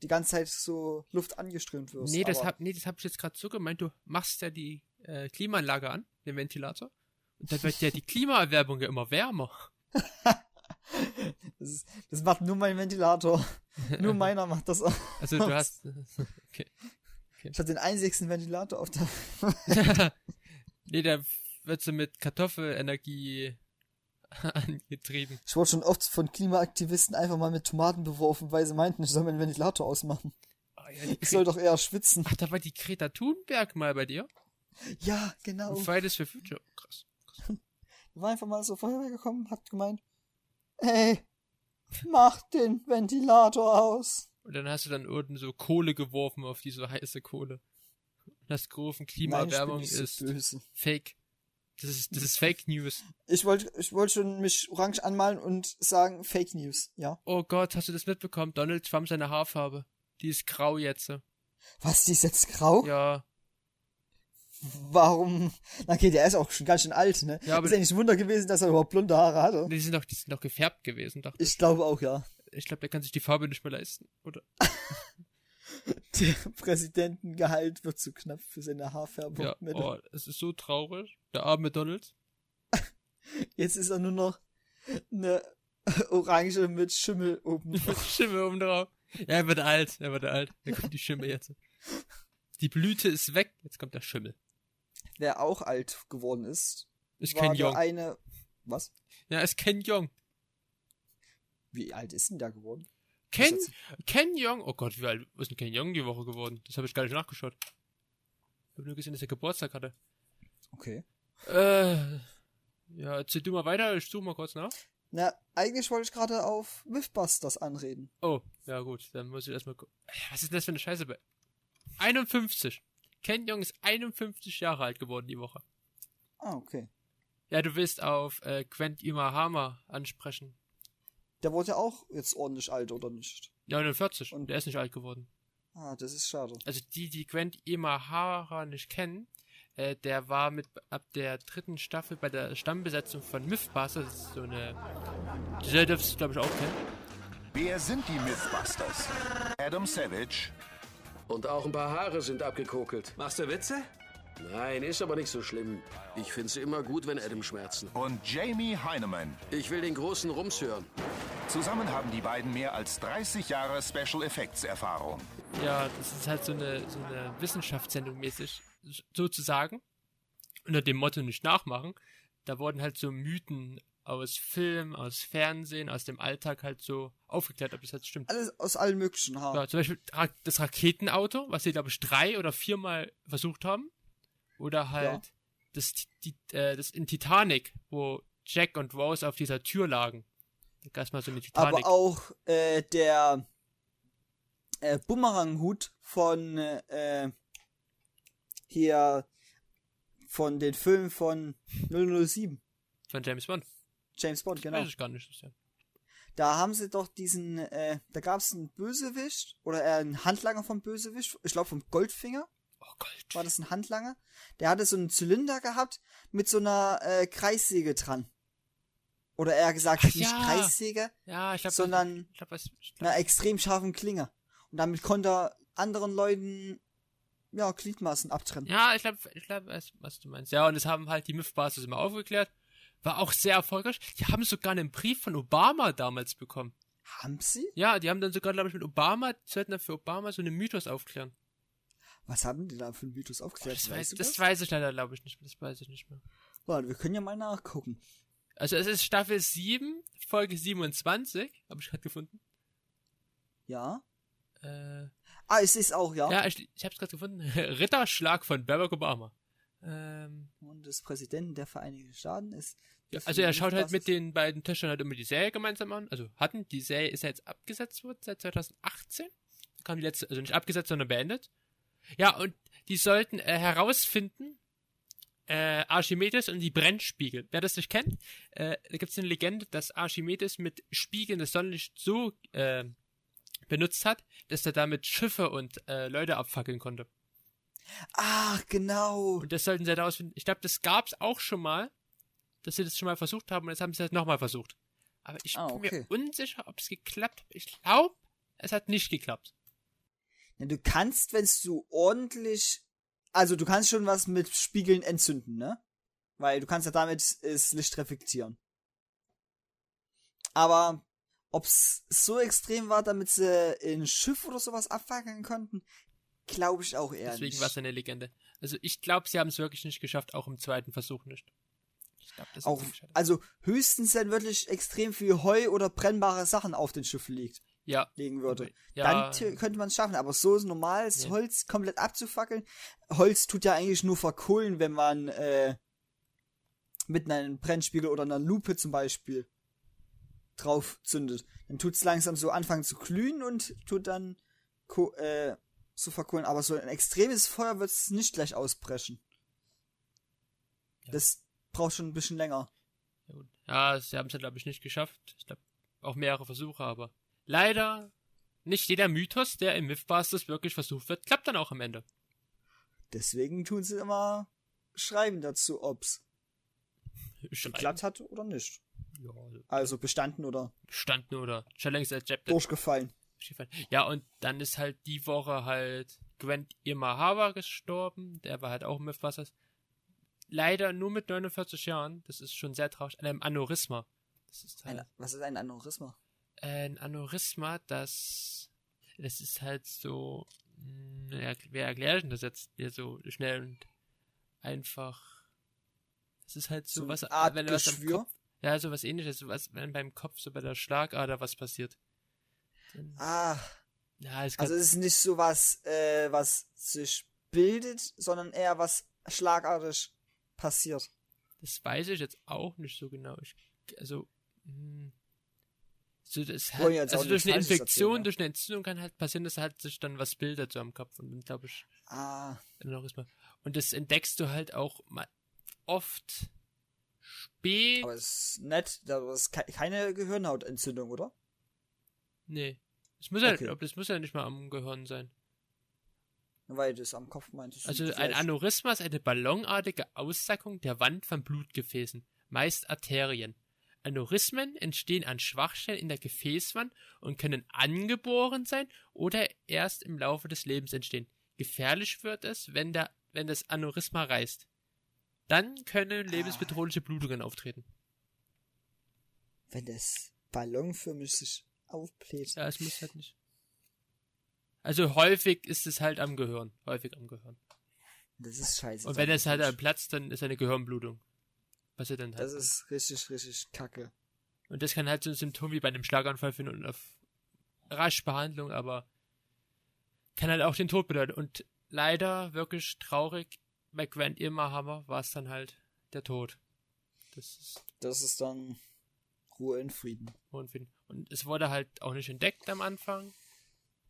[SPEAKER 1] die ganze Zeit so Luft angeströmt wirst.
[SPEAKER 2] Nee, das
[SPEAKER 1] aber-
[SPEAKER 2] hab, nee, das hab ich jetzt gerade so gemeint. Du machst ja die äh, Klimaanlage an, den Ventilator. Und dann wird ja die Klimaerwärmung ja immer wärmer.
[SPEAKER 1] (laughs) das, ist, das macht nur mein
[SPEAKER 2] (laughs)
[SPEAKER 1] Ventilator. nur meiner macht das. (laughs)
[SPEAKER 2] Also du hast. (laughs) Okay.
[SPEAKER 1] Ich hatte den einzigsten Ventilator auf der.
[SPEAKER 2] nee, da wird sie mit Kartoffelenergie (laughs) angetrieben.
[SPEAKER 1] Ich wurde schon oft von Klimaaktivisten einfach mal mit Tomaten beworfen, weil sie meinten, ich soll meinen Ventilator ausmachen.
[SPEAKER 2] Ah, ja, die
[SPEAKER 1] Ich
[SPEAKER 2] Gre-
[SPEAKER 1] soll doch eher schwitzen.
[SPEAKER 2] Ach, da war die Greta Thunberg mal bei dir.
[SPEAKER 1] Ja, genau.
[SPEAKER 2] Oh. Fridays for Future. Oh, krass.
[SPEAKER 1] War einfach mal so vorhergekommen, hat gemeint, ey, mach den Ventilator aus.
[SPEAKER 2] Und dann hast du dann unten so Kohle geworfen auf diese heiße Kohle. Und hast gerufen,
[SPEAKER 1] Nein, ich bin
[SPEAKER 2] Klimaerwärmung
[SPEAKER 1] nicht so
[SPEAKER 2] ist
[SPEAKER 1] böse.
[SPEAKER 2] fake. Das ist, das ist Fake News.
[SPEAKER 1] Ich wollte ich wollte schon mich orange anmalen und sagen Fake News, ja.
[SPEAKER 2] Oh Gott, hast du das mitbekommen? Donald Trump seine Haarfarbe. Die ist grau jetzt.
[SPEAKER 1] Was, die ist jetzt grau?
[SPEAKER 2] Ja.
[SPEAKER 1] Warum? Na okay, der ist auch schon ganz schön alt, ne?
[SPEAKER 2] Ja, aber-
[SPEAKER 1] ist eigentlich ein Wunder gewesen, dass er überhaupt blonde Haare hatte.
[SPEAKER 2] Nee, Die sind doch, die sind doch gefärbt gewesen, dachte
[SPEAKER 1] Ich glaube auch, ja.
[SPEAKER 2] ich. Ich glaube, der kann sich die Farbe nicht mehr leisten. Oder?
[SPEAKER 1] Der Präsidentengehalt wird zu knapp für seine Haarfärbung.
[SPEAKER 2] Ja, oh, es ist so traurig. Der arme Donald. (laughs)
[SPEAKER 1] Jetzt ist er nur noch eine (laughs) Orange mit Schimmel oben.
[SPEAKER 2] Mit Schimmel oben drauf. Ja, er wird alt, er wird alt. Da kommt die Schimmel jetzt. Die Blüte ist weg, jetzt kommt der Schimmel.
[SPEAKER 1] (laughs) Wer auch alt geworden ist,
[SPEAKER 2] Ist
[SPEAKER 1] war
[SPEAKER 2] Ken
[SPEAKER 1] der
[SPEAKER 2] Jong.
[SPEAKER 1] eine. Was?
[SPEAKER 2] Ja, ist Ken Jong.
[SPEAKER 1] Wie alt ist denn der geworden?
[SPEAKER 2] Ken,
[SPEAKER 1] Ist
[SPEAKER 2] Ken Jong, oh Gott, wie alt ist denn Ken Jong die Woche geworden? Das habe ich gar nicht nachgeschaut. Ich habe nur gesehen, dass er Geburtstag hatte.
[SPEAKER 1] Okay.
[SPEAKER 2] Äh, ja, erzähl du mal weiter, ich suche mal kurz nach.
[SPEAKER 1] Na, eigentlich wollte ich gerade auf Mythbusters anreden.
[SPEAKER 2] Oh, ja gut, dann muss ich erstmal gucken. Was ist denn das für eine Scheiße bei? 51. Ken Jong ist 51 Jahre alt geworden die Woche.
[SPEAKER 1] Ah, okay.
[SPEAKER 2] Ja, du willst auf äh, Gwent Imahama ansprechen.
[SPEAKER 1] Der wurde ja auch jetzt ordentlich alt, oder nicht?
[SPEAKER 2] 49.
[SPEAKER 1] Und-
[SPEAKER 2] Und der ist nicht alt geworden.
[SPEAKER 1] Ah, das ist schade.
[SPEAKER 2] Also die, die Gwent Imahara nicht kennen, äh, der war mit ab der dritten Staffel bei der Stammbesetzung von Mythbusters. Das ist so eine. Die dürfst du, glaube ich, auch kennen.
[SPEAKER 5] Wer sind die Mythbusters? Adam Savage,
[SPEAKER 6] Und auch ein paar Haare sind abgekokelt.
[SPEAKER 7] Machst du Witze?
[SPEAKER 6] Nein, ist aber nicht so schlimm. Ich find's immer gut, wenn Adam schmerzen.
[SPEAKER 5] und Jamie Heineman.
[SPEAKER 6] Ich will den großen Rums hören.
[SPEAKER 5] Zusammen haben die beiden mehr als 30 Jahre Special Effects Erfahrung.
[SPEAKER 2] Ja, das ist halt so eine, so eine Wissenschaftssendung mäßig, sozusagen. Unter dem Motto nicht nachmachen. Da wurden halt so Mythen aus Film, aus Fernsehen, aus dem Alltag halt so aufgeklärt, ob das jetzt stimmt.
[SPEAKER 1] Alles aus allen möglichen Haaren.
[SPEAKER 2] Ja, zum Beispiel Ra- das Raketenauto, was sie, glaube ich, drei oder viermal versucht haben. Oder halt das, Ti- die, äh, das in Titanic, wo Jack und Rose auf dieser Tür lagen. Da gab's mal so eine Titanic.
[SPEAKER 1] Aber auch äh, der äh, Bumerang-Hut von äh, hier von den Filmen von 007,
[SPEAKER 2] von James Bond.
[SPEAKER 1] James Bond, genau.
[SPEAKER 2] Weiß ich gar nicht. Ja.
[SPEAKER 1] Da haben sie doch diesen, äh, da gab es einen Bösewicht oder eher einen Handlanger vom Bösewicht, ich glaube vom Goldfinger
[SPEAKER 2] Oh Gott.
[SPEAKER 1] war das ein Handlanger. Der hatte so einen Zylinder gehabt mit so einer äh, Kreissäge dran. Oder eher gesagt,
[SPEAKER 2] Ach
[SPEAKER 1] nicht
[SPEAKER 2] ja.
[SPEAKER 1] Kreissäge,
[SPEAKER 2] Ja, ich glaube,
[SPEAKER 1] Sondern-
[SPEAKER 2] Ich glaub, was, ich glaub,
[SPEAKER 1] einer extrem scharfen Klinge. Und damit konnte er anderen Leuten ja, Gliedmaßen abtrennen.
[SPEAKER 2] ja, ich glaube, ich glaub, weiß, was du meinst. Ja, und das haben halt die MIF-Basis immer aufgeklärt. War auch sehr erfolgreich. Die haben sogar einen Brief von Obama damals bekommen.
[SPEAKER 1] Haben sie?
[SPEAKER 2] Ja, die haben dann sogar, glaube ich, mit Obama, sollten dann für Obama so einen Mythos aufklären.
[SPEAKER 1] Was haben die da für einen Mythos aufgeklärt?
[SPEAKER 2] Das
[SPEAKER 1] Weißt
[SPEAKER 2] weiß,
[SPEAKER 1] du
[SPEAKER 2] das weiß ich leider, glaube ich, nicht mehr. Das weiß ich nicht mehr.
[SPEAKER 1] Warte, wir können ja mal nachgucken.
[SPEAKER 2] Also es ist Staffel 7, Folge 27, habe ich gerade gefunden.
[SPEAKER 1] Ja?
[SPEAKER 2] Äh,
[SPEAKER 1] Ah, ich sehe es auch, ja.
[SPEAKER 2] ja, ich, ich habe es gerade gefunden. (laughs) Ritterschlag von Barack Obama. Ähm,
[SPEAKER 1] Und des Präsidenten der Vereinigten Staaten ist.
[SPEAKER 2] ja, also er schaut halt mit den beiden Töchtern halt immer die Serie gemeinsam an. Also hatten, die Serie ist ja jetzt abgesetzt worden seit 2018. Da kam die letzte, also nicht abgesetzt, sondern beendet. Ja, und die sollten äh, herausfinden, äh, Archimedes und die Brennspiegel. Wer das nicht kennt, äh, da gibt es eine Legende, dass Archimedes mit Spiegeln das Sonnenlicht so äh, benutzt hat, dass er damit Schiffe und äh, Leute abfackeln konnte.
[SPEAKER 1] Ach, genau.
[SPEAKER 2] Und das sollten sie herausfinden. Ich glaube, das gab's auch schon mal, dass sie das schon mal versucht haben und jetzt haben sie es halt nochmal versucht. Aber ich
[SPEAKER 1] Ah,
[SPEAKER 2] bin
[SPEAKER 1] okay.
[SPEAKER 2] mir unsicher, ob es geklappt hat. Ich glaube, es hat nicht geklappt.
[SPEAKER 1] Ja, du kannst, wenn du ordentlich. Also, du kannst schon was mit Spiegeln entzünden, ne? Weil du kannst ja damit das Licht reflektieren. Aber ob's so extrem war, damit sie ein Schiff oder sowas abfackeln konnten, glaube ich auch eher
[SPEAKER 2] Deswegen war es
[SPEAKER 1] nicht.
[SPEAKER 2] eine Legende. Also ich glaube, sie haben es wirklich nicht geschafft, auch im zweiten Versuch nicht. Ich glaube, das
[SPEAKER 1] Auch,
[SPEAKER 2] ist gescheitert.
[SPEAKER 1] also höchstens dann wirklich extrem viel Heu oder brennbare Sachen auf den Schiff liegt,
[SPEAKER 2] Ja.
[SPEAKER 1] legen würde.
[SPEAKER 2] Ja,
[SPEAKER 1] Dann t- könnte man es schaffen, aber so ist normales
[SPEAKER 2] Nee.
[SPEAKER 1] Holz komplett abzufackeln. Holz tut ja eigentlich nur verkohlen, wenn man äh, mit einem Brennspiegel oder einer Lupe zum Beispiel drauf zündet. Dann tut es langsam so anfangen zu glühen und tut dann ko äh, so verkohlen. Aber so ein extremes Feuer wird es nicht gleich ausbrechen.
[SPEAKER 2] Ja.
[SPEAKER 1] Das braucht schon ein bisschen länger.
[SPEAKER 2] ja, gut. ja, sie haben es ja, glaube ich, nicht geschafft. Ich glaube, auch mehrere Versuche, aber leider nicht jeder Mythos, der im Mythbusters wirklich versucht wird, klappt dann auch am Ende.
[SPEAKER 1] Deswegen tun sie immer Schreiben dazu, ob's
[SPEAKER 2] Schreiben.
[SPEAKER 1] geklappt hat oder nicht.
[SPEAKER 2] Ja, also
[SPEAKER 1] Also bestanden oder
[SPEAKER 2] bestanden oder Challenge
[SPEAKER 1] Äh,
[SPEAKER 2] Accepted.
[SPEAKER 1] durchgefallen.
[SPEAKER 2] Schiffahrt. Ja, und dann ist halt die Woche halt Gwent Imahara gestorben. Der war halt auch mit Wassers. Leider nur mit 49 Jahren. Das ist schon sehr traurig. An einem Aneurysma. Das ist halt
[SPEAKER 1] Ein, was ist ein Aneurysma?
[SPEAKER 2] ein Aneurysma, das. Das ist halt so. mh, Ja, wer erklärt denn das jetzt hier so schnell und einfach? Das ist halt so,
[SPEAKER 1] So
[SPEAKER 2] was.
[SPEAKER 1] eine Art
[SPEAKER 2] wenn was am
[SPEAKER 1] Geschwür?
[SPEAKER 2] Kopf, ja, so was ähnliches. So was, wenn beim Kopf, so bei der Schlagader was passiert. Dann,
[SPEAKER 1] Ah,
[SPEAKER 2] ja, es kann
[SPEAKER 1] also es ist nicht so was, äh, was sich bildet, sondern eher was schlagartig passiert.
[SPEAKER 2] Das weiß ich jetzt auch nicht so genau. Ich, also, mh, so das
[SPEAKER 1] Wollen
[SPEAKER 2] halt,
[SPEAKER 1] jetzt auch
[SPEAKER 2] also durch
[SPEAKER 1] nichts
[SPEAKER 2] eine
[SPEAKER 1] Falsches
[SPEAKER 2] Infektion,
[SPEAKER 1] erzählen, ne?
[SPEAKER 2] durch eine Entzündung kann halt passieren, dass halt sich dann was bildet so am Kopf und dann glaube ich
[SPEAKER 1] Ah,
[SPEAKER 2] noch ist mal. Und das entdeckst du halt auch ma- oft Spät.
[SPEAKER 1] Aber es ist nett, da ist ke keine Gehirnhautentzündung, oder?
[SPEAKER 2] Nee. Es muss ja,
[SPEAKER 1] Okay.
[SPEAKER 2] das muss ja nicht mal am Gehirn sein.
[SPEAKER 1] Weil du es am Kopf meintest.
[SPEAKER 2] Also ein
[SPEAKER 1] Vielleicht.
[SPEAKER 2] Aneurysma ist eine ballonartige Aussackung der Wand von Blutgefäßen, meist Arterien. Aneurysmen entstehen an Schwachstellen in der Gefäßwand und können angeboren sein oder erst im Laufe des Lebens entstehen. Gefährlich wird es, wenn, der, wenn das Aneurysma reißt. Dann können lebensbedrohliche Blutungen auftreten.
[SPEAKER 1] Wenn das ballonförmig sich aufbläht.
[SPEAKER 2] Ja, es muss halt nicht. Also häufig ist es halt am Gehirn. Häufig am Gehirn.
[SPEAKER 1] Das ist scheiße.
[SPEAKER 2] Und wenn es halt
[SPEAKER 1] Sag
[SPEAKER 2] am
[SPEAKER 1] ich.
[SPEAKER 2] Platz, dann ist eine Gehirnblutung. Passiert dann halt.
[SPEAKER 1] Das ist richtig, richtig kacke.
[SPEAKER 2] Und das kann halt so ein Symptom wie bei einem Schlaganfall finden und auf rasch Behandlung, aber kann halt auch den Tod bedeuten. Und leider wirklich traurig, bei Grant Irma Hammer war es dann halt der Tod. Das ist
[SPEAKER 1] Das ist dann Ruhe in Frieden.
[SPEAKER 2] unfinden. Und es wurde halt auch nicht entdeckt am Anfang.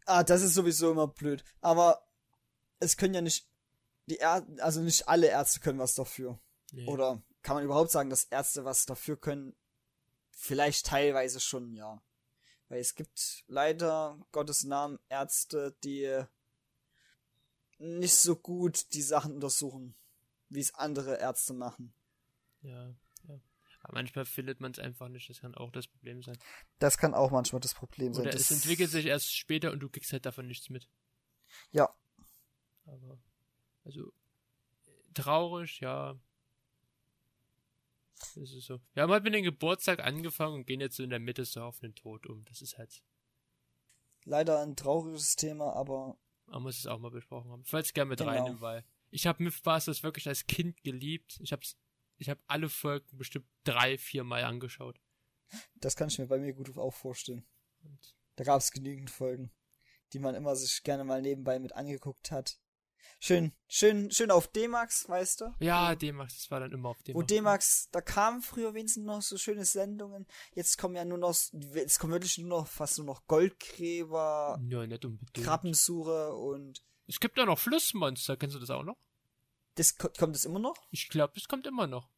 [SPEAKER 1] Ah, das ist sowieso immer blöd. Aber es können ja nicht die Är also nicht alle Ärzte können was dafür.
[SPEAKER 2] Nee.
[SPEAKER 1] Oder kann man überhaupt sagen, dass Ärzte was dafür können? Vielleicht teilweise schon, ja. Weil es gibt leider Gottes Namen Ärzte, die nicht so gut die Sachen untersuchen, wie es andere Ärzte machen.
[SPEAKER 2] Ja, ja. Aber manchmal findet man es einfach nicht, das kann auch das Problem sein.
[SPEAKER 1] Das kann auch manchmal das Problem
[SPEAKER 2] Oder
[SPEAKER 1] Also Das-
[SPEAKER 2] es entwickelt sich erst später und du kriegst halt davon nichts mit.
[SPEAKER 1] Ja,
[SPEAKER 2] Aber, also, äh, traurig, ja. Das ist so. Wir haben halt mit dem Geburtstag angefangen und gehen jetzt so in der Mitte so auf den Tod um. Das ist halt,
[SPEAKER 1] leider ein trauriges Thema, aber
[SPEAKER 2] man muss es auch mal besprochen haben. Ich wollte es gerne mit
[SPEAKER 1] Genau.
[SPEAKER 2] reinnehmen, weil ich habe Mythbusters wirklich als Kind geliebt. Ich hab's, ich habe alle Folgen bestimmt drei, vier Mal angeschaut.
[SPEAKER 1] das kann ich mir bei mir gut auch vorstellen.
[SPEAKER 2] Und
[SPEAKER 1] Da gab es genügend Folgen, die man immer sich gerne mal nebenbei mit angeguckt hat. Schön, schön, schön auf D-Max, weißt du?
[SPEAKER 2] ja, D-Max, das war dann immer auf
[SPEAKER 1] Wo
[SPEAKER 2] D-Max.
[SPEAKER 1] D-Max, da kamen früher wenigstens noch so schöne Sendungen. Jetzt kommen ja nur noch, jetzt kommen wirklich nur noch fast nur noch Goldgräber,
[SPEAKER 2] Nein, nicht unbedingt.
[SPEAKER 1] Krabbensuche und
[SPEAKER 2] Es gibt auch noch Flussmonster. Kennst du das auch noch?
[SPEAKER 1] das ko- kommt das immer noch?
[SPEAKER 2] Ich glaube, das kommt immer noch.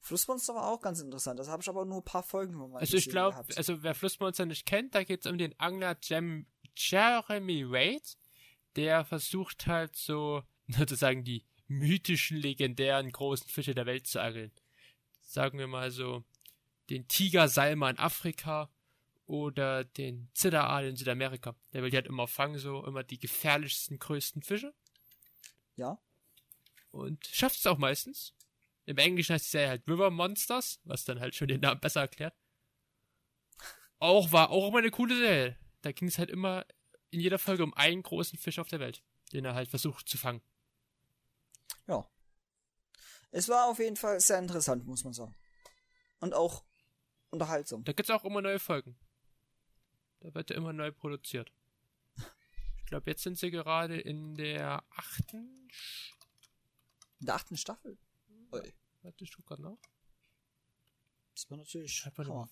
[SPEAKER 1] Flussmonster war auch ganz interessant. Das habe ich aber nur ein paar Folgen von meinem
[SPEAKER 2] Also ich
[SPEAKER 1] Leben
[SPEAKER 2] glaube,
[SPEAKER 1] gehabt.
[SPEAKER 2] also wer Flussmonster nicht kennt, da geht's um den Angler Jem Jeremy Wade, der versucht halt so (laughs) sozusagen die mythischen, legendären großen Fische der Welt zu angeln. Sagen wir mal so den Tiger-Salma in Afrika oder den Zitteraal in Südamerika. Der will die halt immer fangen, so immer die gefährlichsten, größten Fische
[SPEAKER 1] ja,
[SPEAKER 2] und schafft es auch meistens. Im Englischen heißt die Serie halt River Monsters, was dann halt schon den Namen besser erklärt. Auch war auch immer eine coole Serie. Da ging es halt immer in jeder Folge um einen großen Fisch auf der Welt, den er halt versucht zu fangen.
[SPEAKER 1] ja. Es war auf jeden Fall sehr interessant, muss man sagen. Und auch unterhaltsam.
[SPEAKER 2] Da gibt's auch immer neue Folgen. Da wird er immer neu produziert. Ich glaube, jetzt sind sie gerade in der achten. Sch-
[SPEAKER 1] In der achten Staffel.
[SPEAKER 2] Mhm.
[SPEAKER 1] Ui.
[SPEAKER 2] Warte, ich guck grad nach.
[SPEAKER 1] Das war natürlich.
[SPEAKER 2] Schreib mal
[SPEAKER 1] Hammer.
[SPEAKER 2] drauf.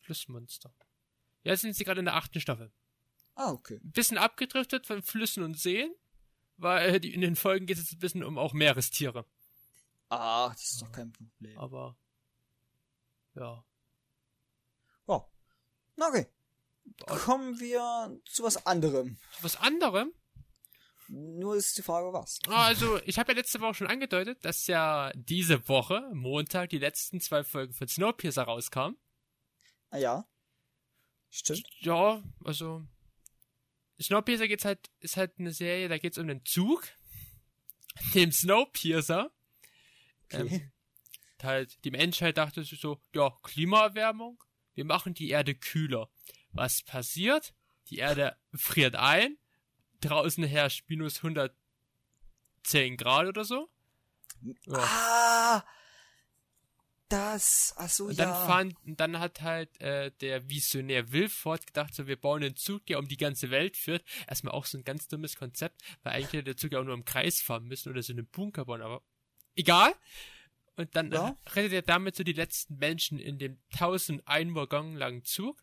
[SPEAKER 2] Flussmonster. Ja, jetzt sind sie gerade in der achten Staffel.
[SPEAKER 1] Ah, okay.
[SPEAKER 2] ein bisschen abgedriftet von Flüssen und Seen, weil die, in den Folgen geht es jetzt ein bisschen um auch Meerestiere.
[SPEAKER 1] Ah, das ist doch kein Problem.
[SPEAKER 2] Aber ja.
[SPEAKER 1] Ja. Na, okay. Kommen wir zu was anderem.
[SPEAKER 2] Was anderem?
[SPEAKER 1] Nur ist die Frage, was.
[SPEAKER 2] Ah, Also, ich habe ja letzte Woche schon angedeutet, dass ja diese Woche, Montag, die letzten zwei Folgen von Snowpiercer rauskamen.
[SPEAKER 1] Ah, ja. Stimmt.
[SPEAKER 2] Ja, also Snowpiercer geht's halt, ist halt eine Serie, da geht's um den Zug, (laughs) dem Snowpiercer. Ähm, halt, die Menschheit dachte sich so, ja, Klimaerwärmung, wir machen die Erde kühler. Was passiert? Die Erde friert ein, draußen herrscht minus 110 Grad oder so. Ja.
[SPEAKER 1] Ah! Das. Ach so,
[SPEAKER 2] Und
[SPEAKER 1] ja.
[SPEAKER 2] dann fahren, und dann hat halt äh, der Visionär Wilford gedacht, so wir bauen einen Zug, der um die ganze Welt führt. Erstmal auch so ein ganz dummes Konzept, weil eigentlich hätte der Zug ja auch nur im Kreis fahren müssen oder so einen Bunker bauen, aber egal. Und dann
[SPEAKER 1] Ja.
[SPEAKER 2] äh, rettet er damit so die letzten Menschen in dem 1001 Waggon langen Zug.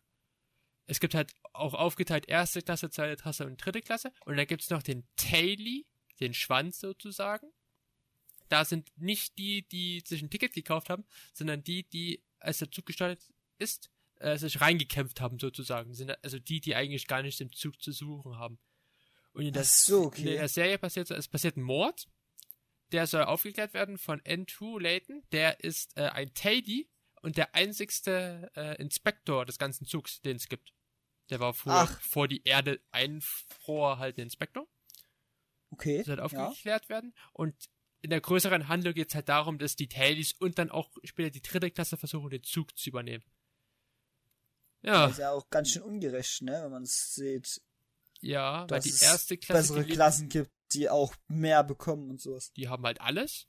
[SPEAKER 2] Es gibt halt auch aufgeteilt erste Klasse, zweite Klasse und dritte Klasse. Und dann gibt's noch den Taily, den Schwanz sozusagen. Da sind nicht die, die sich ein Ticket gekauft haben, sondern die, die, als der Zug gestartet ist, äh, sich reingekämpft haben sozusagen. Sind also die, die eigentlich gar nicht im Zug zu suchen haben. Und in der,
[SPEAKER 1] Ach so, okay.
[SPEAKER 2] in der Serie passiert so- es passiert ein Mord. Der soll aufgeklärt werden von N2 Layton. Der ist äh, ein Teddy und der einzigste äh, Inspektor des ganzen Zugs, den es gibt. Der war früher
[SPEAKER 1] Ach.
[SPEAKER 2] vor die Erde einfroher halt ein Inspektor
[SPEAKER 1] Okay.
[SPEAKER 2] soll
[SPEAKER 1] ja.
[SPEAKER 2] aufgeklärt werden. Und in der größeren Handlung geht es halt darum, dass die Tailies und dann auch später die dritte Klasse versuchen, den Zug zu übernehmen. Ja,
[SPEAKER 1] Ist ja auch ganz schön ungerecht, ne, wenn man es sieht,
[SPEAKER 2] ja, weil
[SPEAKER 1] dass
[SPEAKER 2] die
[SPEAKER 1] es
[SPEAKER 2] erste Klasse,
[SPEAKER 1] bessere
[SPEAKER 2] die, leben-
[SPEAKER 1] Klassen gibt, die auch mehr bekommen und sowas.
[SPEAKER 2] die haben halt alles.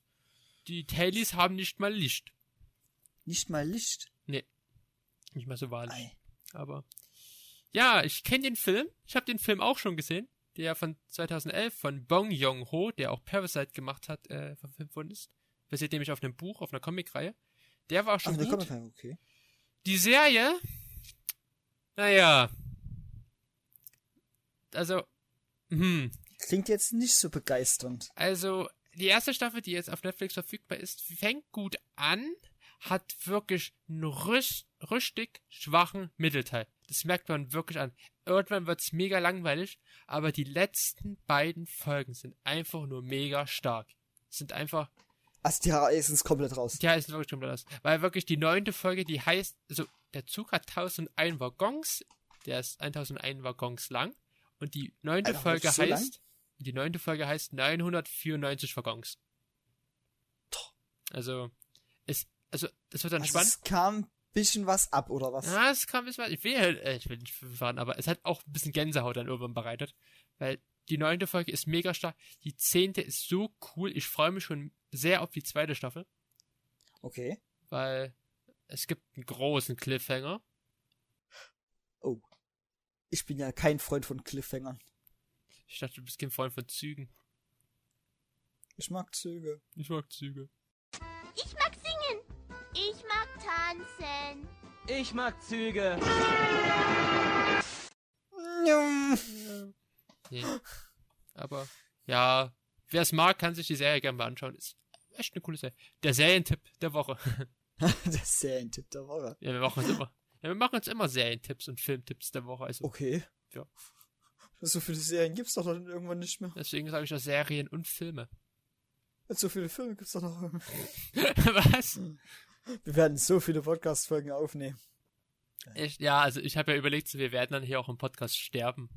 [SPEAKER 2] Die Tailies haben nicht mal Licht.
[SPEAKER 1] Nicht mal Licht.
[SPEAKER 2] Nicht mal so wahnsinnig.
[SPEAKER 1] Ei.
[SPEAKER 2] Aber ja, ich kenne den Film. Ich habe den Film auch schon gesehen, der von 2011 von Bong Joon-ho, der auch Parasite gemacht hat, äh, verfilmt worden ist. Basiert nämlich auf einem Buch, auf einer Comicreihe. Der war
[SPEAKER 1] Ach,
[SPEAKER 2] schon
[SPEAKER 1] da
[SPEAKER 2] gut.
[SPEAKER 1] kommt man okay.
[SPEAKER 2] Die Serie, naja, also, hm,
[SPEAKER 1] Klingt jetzt nicht so begeisternd.
[SPEAKER 2] also die erste Staffel, die jetzt auf Netflix verfügbar ist, fängt gut an, hat wirklich einen rüst, rüstig schwachen Mittelteil. Das merkt man wirklich an. Irgendwann wird's mega langweilig, aber die letzten beiden Folgen sind einfach nur mega stark. Sind einfach
[SPEAKER 1] Also die HAE sind komplett raus.
[SPEAKER 2] Ja, ist wirklich komplett aus. Weil wirklich die neunte Folge, die heißt, also der Zug hat 1001 Waggons, der ist 1001 Waggons lang und die neunte
[SPEAKER 1] Alter,
[SPEAKER 2] Folge
[SPEAKER 1] das ist so lang?
[SPEAKER 2] heißt, die neunte Folge heißt 994 Waggons. Also, es, also, das wird dann
[SPEAKER 1] Also
[SPEAKER 2] spannend.
[SPEAKER 1] es kam ein bisschen was ab, oder was?
[SPEAKER 2] Ah, es kam ein bisschen, ich will, äh, ich will nicht verfahren, aber es hat auch ein bisschen Gänsehaut dann irgendwann bereitet, weil die neunte Folge ist mega stark, die zehnte ist so cool, ich freue mich schon sehr auf die zweite Staffel
[SPEAKER 1] Okay.
[SPEAKER 2] weil es gibt einen großen Cliffhanger.
[SPEAKER 1] Ich bin ja kein Freund von Cliffhangern.
[SPEAKER 2] Ich dachte, du bist kein Freund von Zügen.
[SPEAKER 1] Ich mag Züge. (laughs)
[SPEAKER 2] Ich mag Züge.
[SPEAKER 7] Ich mag singen. Ich mag tanzen.
[SPEAKER 8] Ich mag Züge.
[SPEAKER 2] Nee. Aber ja, wer es mag, kann sich die Serie gerne mal anschauen. Ist echt eine coole Serie. Der Serientipp der Woche. (laughs)
[SPEAKER 1] Das ist ja ein Tipp der Woche.
[SPEAKER 2] Ja, wir machen uns immer. Ja, wir machen uns immer Serientipps und Filmtipps der Woche. Also
[SPEAKER 1] Okay.
[SPEAKER 2] Ja.
[SPEAKER 1] So viele Serien gibt's doch dann irgendwann nicht mehr.
[SPEAKER 2] deswegen sage ich ja Serien und Filme. (laughs)
[SPEAKER 1] So viele Filme gibt's doch noch.
[SPEAKER 2] Was?
[SPEAKER 1] Wir werden so viele Podcast-Folgen aufnehmen.
[SPEAKER 2] Ich, ja, also ich habe ja überlegt, wir werden dann hier auch im Podcast sterben.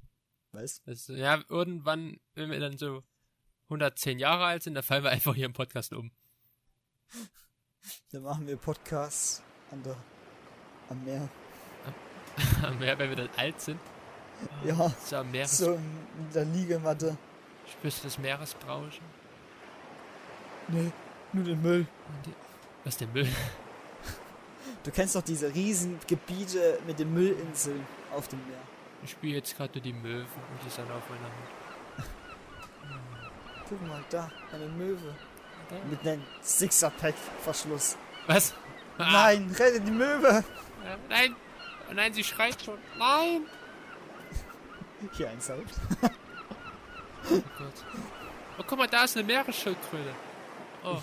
[SPEAKER 1] Weißt
[SPEAKER 2] Das, ja, irgendwann, wenn wir dann so 110 Jahre alt sind, dann fallen wir einfach hier im Podcast um. (laughs)
[SPEAKER 1] Dann machen wir Podcasts an der, am Meer.
[SPEAKER 2] Am Meer, wenn wir dann alt sind.
[SPEAKER 1] Ja,
[SPEAKER 2] So am Meeres,
[SPEAKER 1] so in der Liegematte.
[SPEAKER 2] spürst du das Meeresbrauschen?
[SPEAKER 1] Nee, nur den Müll.
[SPEAKER 2] Und die- Was der Müll? (laughs)
[SPEAKER 1] Du kennst doch diese riesen Gebiete mit den Müllinseln auf dem Meer.
[SPEAKER 2] Ich spiele jetzt gerade nur die Möwen und die sind auf meiner Hand.
[SPEAKER 1] Guck mal, da, eine Möwe. Mit einem Sixer-Pack-Verschluss.
[SPEAKER 2] Was? Ah,
[SPEAKER 1] Nein, rette die Möwe!
[SPEAKER 2] äh, nein! Oh Nein, sie schreit schon. Nein!
[SPEAKER 1] Hier halt. ein Sound.
[SPEAKER 2] Oh Gott. Oh, guck mal, da ist eine Meeresschildkröte. Oh.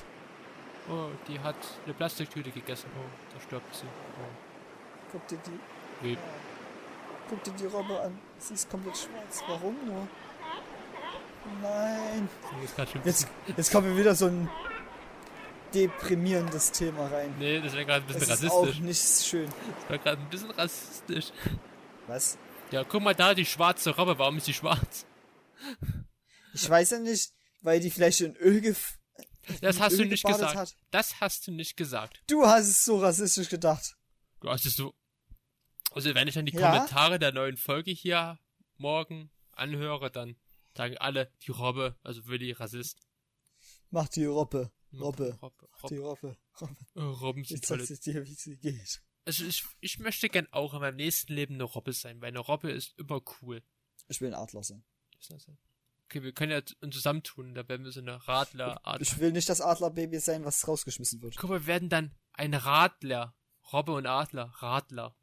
[SPEAKER 2] Oh, die hat eine Plastiktüte gegessen. Oh, da stirbt sie. Oh.
[SPEAKER 1] Guck dir die,
[SPEAKER 2] Wie?
[SPEAKER 1] guck dir die Robbe an. Sie ist komplett schwarz. Warum nur? Nein.
[SPEAKER 2] Sie ist grad schon
[SPEAKER 1] Jetzt, jetzt kommt mir wieder so ein deprimierendes Thema rein.
[SPEAKER 2] Nee, das wäre gerade ein bisschen
[SPEAKER 1] Das ist auch
[SPEAKER 2] rassistisch.
[SPEAKER 1] nicht schön.
[SPEAKER 2] Das wäre gerade ein bisschen rassistisch.
[SPEAKER 1] Was?
[SPEAKER 2] Ja, guck mal da, die schwarze Robbe. Warum ist sie schwarz?
[SPEAKER 1] Ich weiß ja nicht, weil die vielleicht in Öl gef...
[SPEAKER 2] Das hast du nicht
[SPEAKER 1] gebadet
[SPEAKER 2] gesagt.
[SPEAKER 1] hat.
[SPEAKER 2] Das hast du nicht gesagt.
[SPEAKER 1] Du hast es so rassistisch gedacht.
[SPEAKER 2] Du hast es so. Also, wenn ich dann die
[SPEAKER 1] Ja?
[SPEAKER 2] Kommentare der neuen Folge hier morgen anhöre, dann sagen alle, die Robbe, also Willi, Rassist.
[SPEAKER 1] Mach die Robbe. Robbe.
[SPEAKER 2] Robbe.
[SPEAKER 1] Die
[SPEAKER 2] Robbe.
[SPEAKER 1] Robbe. Robbe.
[SPEAKER 2] Oh, Robben sind
[SPEAKER 1] Jetzt
[SPEAKER 2] tolle.
[SPEAKER 1] sagst du dir, wie sie geht.
[SPEAKER 2] Also, ich, ich möchte gern auch in meinem nächsten Leben eine Robbe sein, weil eine Robbe ist immer cool.
[SPEAKER 1] Ich will ein Adler sein.
[SPEAKER 2] Okay, wir können ja uns zusammentun, da werden wir so eine Radlerart.
[SPEAKER 1] Ich will nicht das Adlerbaby sein, was rausgeschmissen wird.
[SPEAKER 2] Guck mal, wir werden dann ein Radler. Robbe und Adler. Radler.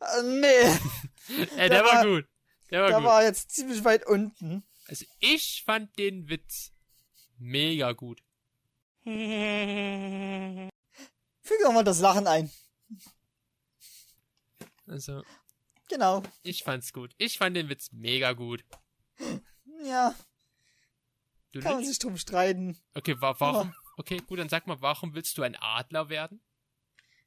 [SPEAKER 1] Ah, nee, Da
[SPEAKER 2] Ey, der war
[SPEAKER 1] war- Äh,
[SPEAKER 2] gut. Der war
[SPEAKER 1] da
[SPEAKER 2] (laughs) gut.
[SPEAKER 1] war jetzt ziemlich weit unten.
[SPEAKER 2] Also ich fand den Witz mega gut.
[SPEAKER 1] Füge auch mal das Lachen ein.
[SPEAKER 2] Also
[SPEAKER 1] Genau.
[SPEAKER 2] ich fand's gut. Ich fand den Witz mega gut.
[SPEAKER 1] Ja,
[SPEAKER 2] Du
[SPEAKER 1] kann man
[SPEAKER 2] nicht?
[SPEAKER 1] sich drum streiten.
[SPEAKER 2] Okay, wa warum? Okay, gut, dann sag mal, warum willst du ein Adler werden?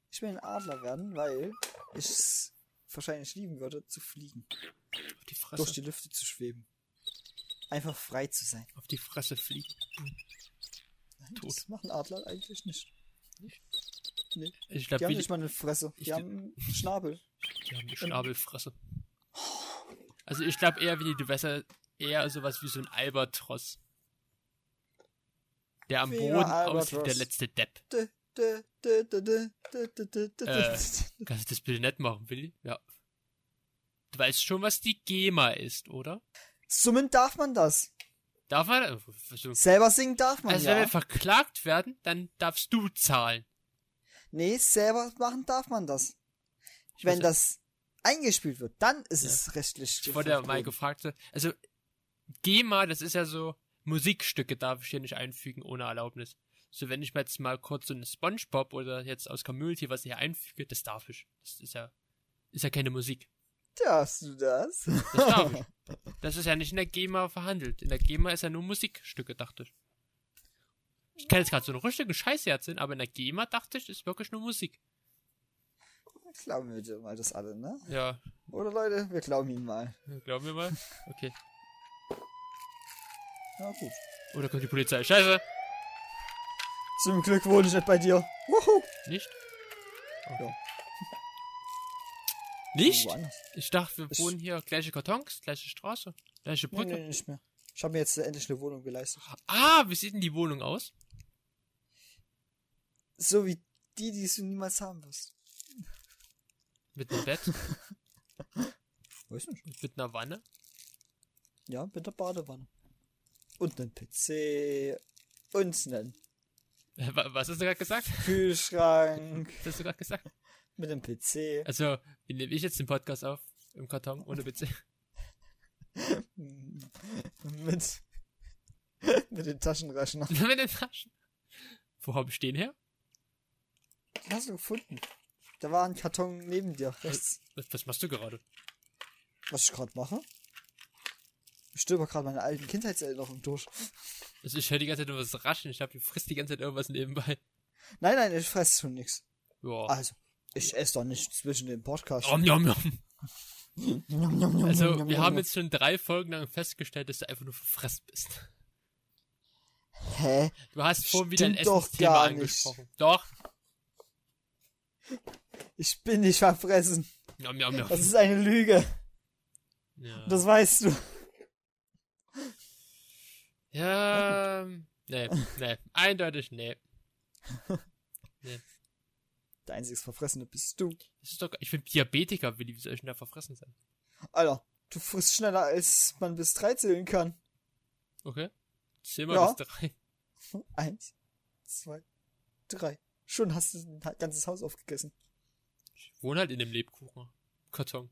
[SPEAKER 1] Ich will ein Adler werden, weil ich es wahrscheinlich lieben würde, zu fliegen.
[SPEAKER 2] Auf die
[SPEAKER 1] Durch
[SPEAKER 2] Fresse.
[SPEAKER 1] die Lüfte zu schweben. Einfach frei zu sein.
[SPEAKER 2] Auf die Fresse fliegen.
[SPEAKER 1] Nein,
[SPEAKER 2] Tot.
[SPEAKER 1] das machen Adler eigentlich nicht. Nee.
[SPEAKER 2] Ich
[SPEAKER 1] Die
[SPEAKER 2] glaube,
[SPEAKER 1] haben
[SPEAKER 2] die,
[SPEAKER 1] nicht mal eine Fresse.
[SPEAKER 2] Ich-
[SPEAKER 1] Die haben einen Schnabel.
[SPEAKER 2] die haben die Schnabelfresse. Also ich glaube eher wie die Gewässer, eher sowas wie so ein Albatros. Der am
[SPEAKER 1] Wie
[SPEAKER 2] Boden
[SPEAKER 1] ein
[SPEAKER 2] aussieht wie der
[SPEAKER 1] Albatros.
[SPEAKER 2] letzte Depp.
[SPEAKER 1] Dö, dö, dö, dö, dö, dö, dö, dö, dö,
[SPEAKER 2] Äh.
[SPEAKER 1] dö.
[SPEAKER 2] Kannst du das bitte nett machen, Willi? Ja. Du weißt schon, was die GEMA ist, oder?
[SPEAKER 1] Summen darf man das.
[SPEAKER 2] Darf man. Also,
[SPEAKER 1] Selber singen darf man
[SPEAKER 2] also wenn
[SPEAKER 1] ja.
[SPEAKER 2] wir verklagt werden, dann darfst du zahlen.
[SPEAKER 1] Nee, selber machen darf man das. wenn
[SPEAKER 2] weiß-
[SPEAKER 1] das eingespielt wird, dann ist
[SPEAKER 2] Ja.
[SPEAKER 1] es rechtlich.
[SPEAKER 2] Ich wurde ja mal
[SPEAKER 1] verboten.
[SPEAKER 2] gefragt, so- also GEMA, das ist ja so, Musikstücke darf ich hier nicht einfügen ohne Erlaubnis. So, wenn ich mir jetzt mal kurz so eine Spongebob oder jetzt aus Community was hier einfüge, das darf ich. Das ist ja, ist ja keine Musik.
[SPEAKER 1] Darfst du das? (laughs)
[SPEAKER 2] Das darf ich. Das ist ja nicht in der GEMA verhandelt. In der GEMA ist ja nur Musikstücke, dachte ich. Ich kann jetzt gerade so einen richtigen Scheiß erzählen, aber in der GEMA dachte ich, ist wirklich nur Musik.
[SPEAKER 1] Glauben wir dir mal das alle, ne?
[SPEAKER 2] Ja,
[SPEAKER 1] Oder Leute, wir glauben ihm mal.
[SPEAKER 2] glauben wir mal. Okay.
[SPEAKER 1] Na gut.
[SPEAKER 2] Oh, da kommt die Polizei. Scheiße.
[SPEAKER 1] Zum Glück wohne ich nicht bei dir. Wuhu!
[SPEAKER 2] Nicht?
[SPEAKER 1] Ja.
[SPEAKER 2] Nicht?
[SPEAKER 1] Woanders.
[SPEAKER 2] Ich dachte, wir
[SPEAKER 1] Ist-
[SPEAKER 2] wohnen hier gleiche Kartons, gleiche Straße, gleiche
[SPEAKER 1] Nee,
[SPEAKER 2] Brücke.
[SPEAKER 1] nee, nicht mehr. Ich habe mir jetzt endlich eine Wohnung geleistet.
[SPEAKER 2] Ah, wie sieht denn die Wohnung aus?
[SPEAKER 1] So wie die, die du niemals haben wirst.
[SPEAKER 2] Mit
[SPEAKER 1] (laughs)
[SPEAKER 2] einem Bett,
[SPEAKER 1] Weiß nicht.
[SPEAKER 2] mit einer Wanne.
[SPEAKER 1] Ja, mit der Badewanne. Und einen PC. Und einen
[SPEAKER 2] Äh, wa- Was hast du gerade gesagt?
[SPEAKER 1] Kühlschrank.
[SPEAKER 2] Was hast du gerade gesagt?
[SPEAKER 1] Mit einem PC.
[SPEAKER 2] Also, wie nehme ich jetzt den Podcast auf? Im Karton,
[SPEAKER 1] (laughs)
[SPEAKER 2] ohne (laughs) Witze.
[SPEAKER 1] Mit. (laughs) Mit dem Taschenrechner.
[SPEAKER 2] mit den Taschen. Wo habe ich den her?
[SPEAKER 1] Hast du gefunden? Da war ein Karton neben dir. Rechts.
[SPEAKER 2] Was, was machst du gerade?
[SPEAKER 1] Was ich gerade mache? Ich stöber gerade meine alten Kindheitserinnerungen durch.
[SPEAKER 2] Also, ich höre die ganze Zeit nur was raschen. Ich glaube, du frisst die ganze Zeit irgendwas nebenbei.
[SPEAKER 1] Nein, nein, ich fresse schon nichts.
[SPEAKER 2] Ja.
[SPEAKER 1] Also, ich esse doch nicht zwischen den Podcasts.
[SPEAKER 2] Om,
[SPEAKER 1] (laughs)
[SPEAKER 2] nom, nom.
[SPEAKER 1] Nom, nom, nom, nom,
[SPEAKER 2] Also,
[SPEAKER 1] nom,
[SPEAKER 2] wir
[SPEAKER 1] nom,
[SPEAKER 2] haben
[SPEAKER 1] nom.
[SPEAKER 2] jetzt schon drei Folgen lang festgestellt, dass du einfach nur verfressen bist.
[SPEAKER 1] Hä?
[SPEAKER 2] Du hast vorhin wieder ein
[SPEAKER 1] Stimmt doch
[SPEAKER 2] Essensthema
[SPEAKER 1] gar nicht.
[SPEAKER 2] angesprochen. Doch.
[SPEAKER 1] Ich bin nicht verfressen.
[SPEAKER 2] Nom, nom, nom.
[SPEAKER 1] Das ist eine Lüge.
[SPEAKER 2] Ja.
[SPEAKER 1] Das weißt du.
[SPEAKER 2] ja ähm, nee, nee. Eindeutig nee.
[SPEAKER 1] Der einzige Verfressene bist du.
[SPEAKER 2] Das ist doch, ich bin Diabetiker, Willi. Wie soll ich denn da verfressen sein?
[SPEAKER 1] Alter, du frisst schneller, als man bis drei zählen kann.
[SPEAKER 2] Okay. Zähl mal
[SPEAKER 1] Ja.
[SPEAKER 2] bis drei.
[SPEAKER 1] Eins, zwei, drei. Schon hast du ein ganzes Haus aufgegessen.
[SPEAKER 2] Ich wohne halt in dem Lebkuchen. Karton.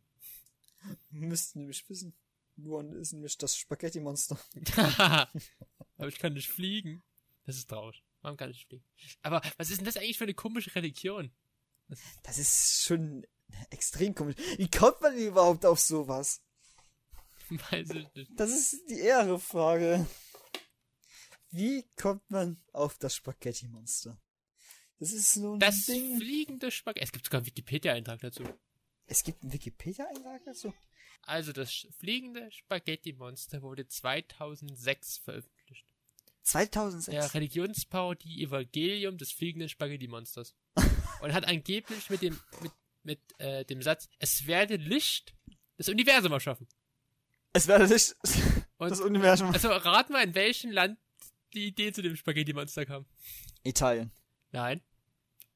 [SPEAKER 2] (laughs)
[SPEAKER 1] Müssten nämlich wissen. Luan ist nämlich das Spaghetti-Monster.
[SPEAKER 2] Aber ich kann nicht fliegen. Das ist traurig. Warum kann ich nicht fliegen? Aber was ist denn das eigentlich für eine komische Religion? (laughs)
[SPEAKER 1] Das ist schon extrem komisch. Wie kommt man denn überhaupt auf sowas?
[SPEAKER 2] Weiß ich nicht.
[SPEAKER 1] Das ist die ehre Frage. Wie kommt man auf das Spaghetti-Monster? Das ist so ein
[SPEAKER 2] Das
[SPEAKER 1] Ding.
[SPEAKER 2] fliegende Spaghetti. Es gibt sogar einen Wikipedia-Eintrag dazu.
[SPEAKER 1] Es gibt einen Wikipedia-Eintrag dazu.
[SPEAKER 2] Also, das sch- fliegende Spaghetti-Monster wurde 2006 veröffentlicht.
[SPEAKER 1] 2006.
[SPEAKER 2] Der Religionsparodie Evangelium des fliegenden Spaghetti-Monsters. Und hat angeblich mit dem, mit, mit äh, dem Satz, es werde Licht das Universum erschaffen.
[SPEAKER 1] Es wäre nicht
[SPEAKER 2] Und-
[SPEAKER 1] das Universum.
[SPEAKER 2] Also, rat mal, in welchem Land die Idee zu dem Spaghetti-Monster kam.
[SPEAKER 1] Italien.
[SPEAKER 2] Nein.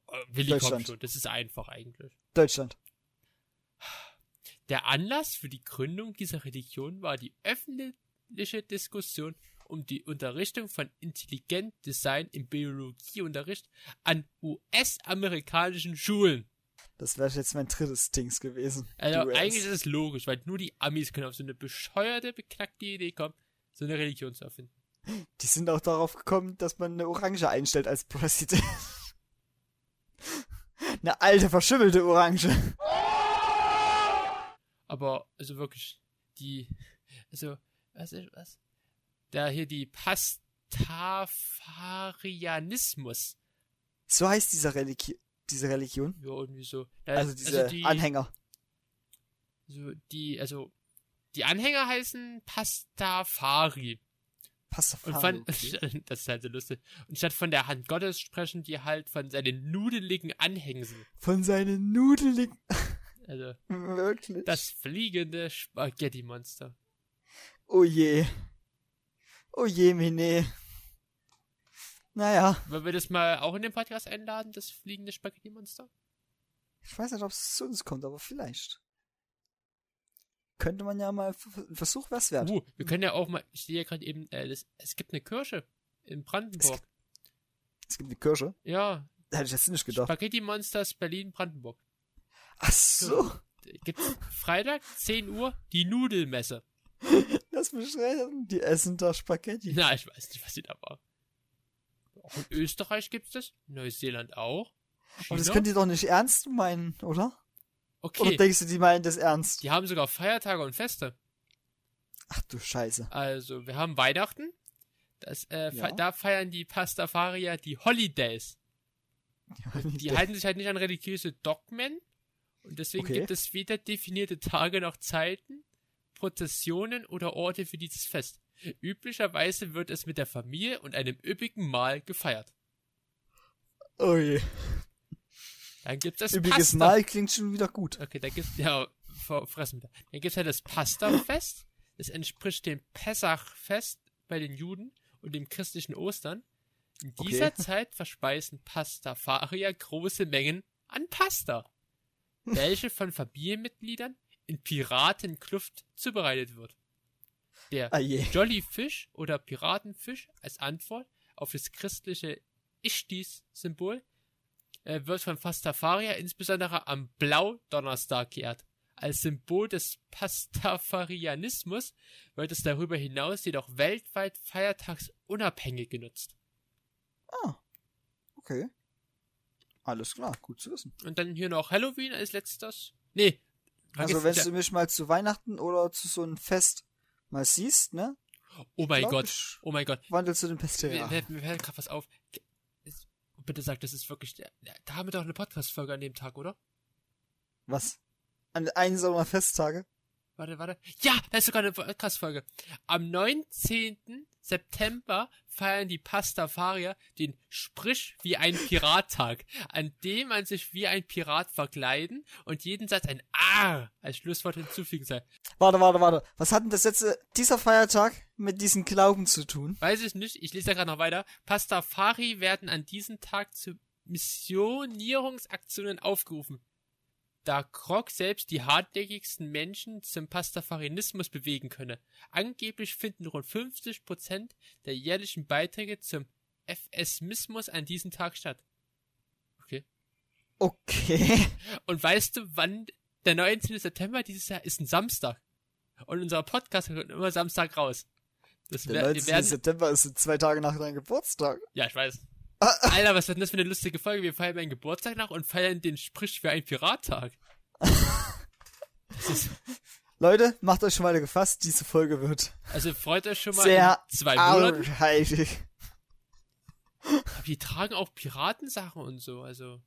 [SPEAKER 2] Äh, Willi kommt
[SPEAKER 1] Deutschland.
[SPEAKER 2] schon, das ist einfach eigentlich.
[SPEAKER 1] Deutschland.
[SPEAKER 2] Der Anlass für die Gründung dieser Religion war die öffentliche Diskussion um die Unterrichtung von Intelligent Design im Biologieunterricht an US-amerikanischen Schulen.
[SPEAKER 1] Das wäre jetzt mein drittes Dings gewesen.
[SPEAKER 2] Also
[SPEAKER 1] Die US.
[SPEAKER 2] eigentlich ist es logisch, weil nur die Amis können auf so eine bescheuerte, beknackte Idee kommen, so eine Religion zu erfinden.
[SPEAKER 1] Die sind auch darauf gekommen, dass man eine Orange einstellt als Prostituierte. (laughs) eine alte, verschimmelte Orange.
[SPEAKER 2] Aber, also wirklich, die, also, was ist was? Da hier die Pastafarianismus.
[SPEAKER 1] So heißt dieser Religi diese Religion.
[SPEAKER 2] Ja, irgendwie so. Da-
[SPEAKER 1] Also diese
[SPEAKER 2] Äh, die,
[SPEAKER 1] Anhänger.
[SPEAKER 2] So, die, also, die Anhänger heißen Pastafari. Und
[SPEAKER 1] Pastafari.
[SPEAKER 2] von,
[SPEAKER 1] Ah,
[SPEAKER 2] (laughs)
[SPEAKER 1] Okay.
[SPEAKER 2] das ist halt so lustig. Und statt von der Hand Gottes sprechen die halt von seinen nudeligen Anhängseln.
[SPEAKER 1] Von seinen nudeligen...
[SPEAKER 2] Also,
[SPEAKER 1] Wirklich?
[SPEAKER 2] das fliegende Spaghetti-Monster.
[SPEAKER 1] Oh je. Oh je, Mene. Naja,
[SPEAKER 2] Wollen wir das mal auch in den Podcast einladen, das fliegende Spaghetti-Monster?
[SPEAKER 1] ich weiß nicht, ob es zu uns kommt, aber vielleicht. Könnte man ja mal v- ein Versuch was wert.
[SPEAKER 2] Uh, wir können ja auch mal, ich sehe ja gerade eben, äh, das, es gibt eine Kirche in Brandenburg.
[SPEAKER 1] Es gibt eine Kirche.
[SPEAKER 2] Ja,
[SPEAKER 1] Hätte ich jetzt nicht gedacht.
[SPEAKER 2] Spaghetti-Monsters Berlin-Brandenburg.
[SPEAKER 1] Ach so,
[SPEAKER 2] Gibt Freitag, 10 Uhr, die Nudelmesse.
[SPEAKER 1] lass mich reden. Die essen da Spaghetti.
[SPEAKER 2] Na, ich weiß nicht, was sie da war. Auch in Österreich gibt's das, Neuseeland auch. China?
[SPEAKER 1] aber das könnt ihr doch nicht ernst meinen, oder? Oder
[SPEAKER 2] okay,
[SPEAKER 1] denkst du, die meinen das ernst?
[SPEAKER 2] die haben sogar Feiertage und Feste.
[SPEAKER 1] Ach du Scheiße.
[SPEAKER 2] Also, wir haben Weihnachten. Das, äh, fe
[SPEAKER 1] Ja.
[SPEAKER 2] Da feiern die Pastafarier die Holidays. Die halten sich halt nicht an religiöse Dogmen. Und deswegen
[SPEAKER 1] Okay.
[SPEAKER 2] gibt es weder definierte Tage noch Zeiten, Prozessionen oder Orte für dieses Fest. Üblicherweise wird es mit der Familie und einem üppigen Mahl gefeiert.
[SPEAKER 1] oh je.
[SPEAKER 2] Dann gibt es das
[SPEAKER 1] Übrigens,
[SPEAKER 2] Pasta.
[SPEAKER 1] Mal klingt schon wieder gut.
[SPEAKER 2] Okay, dann gibt's ja ver- fressen wir. Dann gibt's halt das Pasta-Fest. Das entspricht dem Pessach-Fest bei den Juden und dem christlichen Ostern. In
[SPEAKER 1] Okay.
[SPEAKER 2] dieser Zeit verspeisen Pastafarier große Mengen an
[SPEAKER 1] (laughs)
[SPEAKER 2] Pasta, welche von Familienmitgliedern in Piratenkluft zubereitet wird. Der
[SPEAKER 1] Ah je.
[SPEAKER 2] Jollyfish oder Piratenfisch als Antwort auf das christliche Ichthys-Symbol äh, wird von Pastafarier insbesondere am Blaudonnerstag geehrt. Als Symbol des Pastafarianismus wird es darüber hinaus jedoch weltweit feiertagsunabhängig genutzt.
[SPEAKER 1] Okay. Alles klar, gut zu wissen.
[SPEAKER 2] Und dann hier noch Halloween als letztes. Nee.
[SPEAKER 1] Also, wenn
[SPEAKER 2] vergiss-
[SPEAKER 1] du mich mal zu Weihnachten oder zu so einem Fest mal siehst, ne?
[SPEAKER 2] oh mein
[SPEAKER 1] glaub
[SPEAKER 2] Gott.
[SPEAKER 1] ich-
[SPEAKER 2] Oh mein Gott.
[SPEAKER 1] Wandelst du den Pestel?
[SPEAKER 2] Mir, mir, mir fällt gerade was auf. Ge- es- Bitte sag, das ist wirklich. der- der- Da haben wir doch eine Podcast-Folge an dem Tag, oder?
[SPEAKER 1] Was? An einen Sommer Festtage?
[SPEAKER 2] Warte, warte. Ja, da ist sogar eine Podcast-Folge. Am 19. September feiern die Pastafarier den Sprich wie ein Pirat-Tag, an dem man sich wie ein Pirat verkleiden und jeden Satz ein A als Schlusswort hinzufügen soll.
[SPEAKER 1] Warte, warte, warte. Was hat denn das letzte, dieser Feiertag mit diesem Glauben zu tun?
[SPEAKER 2] Weiß ich nicht, ich lese da gerade noch weiter. Pastafari werden an diesem Tag zu Missionierungsaktionen aufgerufen. Da Krog selbst die hartnäckigsten Menschen zum Pastafarianismus bewegen könne. Angeblich finden rund 50% der jährlichen Beiträge zum FSmismus an diesem Tag statt. Okay. (laughs)
[SPEAKER 1] Okay.
[SPEAKER 2] Und weißt du, wann der 19. September dieses Jahr ist ein Samstag. Und unser Podcast kommt immer Samstag raus. Das
[SPEAKER 1] Der
[SPEAKER 2] wär- wir
[SPEAKER 1] 19. September ist in zwei Tage nach deinem Geburtstag.
[SPEAKER 2] Ja, ich weiß.
[SPEAKER 1] Ah,
[SPEAKER 2] Alter, was wird denn das für eine lustige Folge? Wir feiern meinen Geburtstag nach und feiern den Sprich für einen Pirattag.
[SPEAKER 1] Leute, macht euch schon mal gefasst, diese Folge wird
[SPEAKER 2] Also freut euch schon mal
[SPEAKER 1] sehr
[SPEAKER 2] in zwei Monaten.
[SPEAKER 1] (laughs) armheilig.
[SPEAKER 2] Aber die tragen auch Piratensachen und so, also.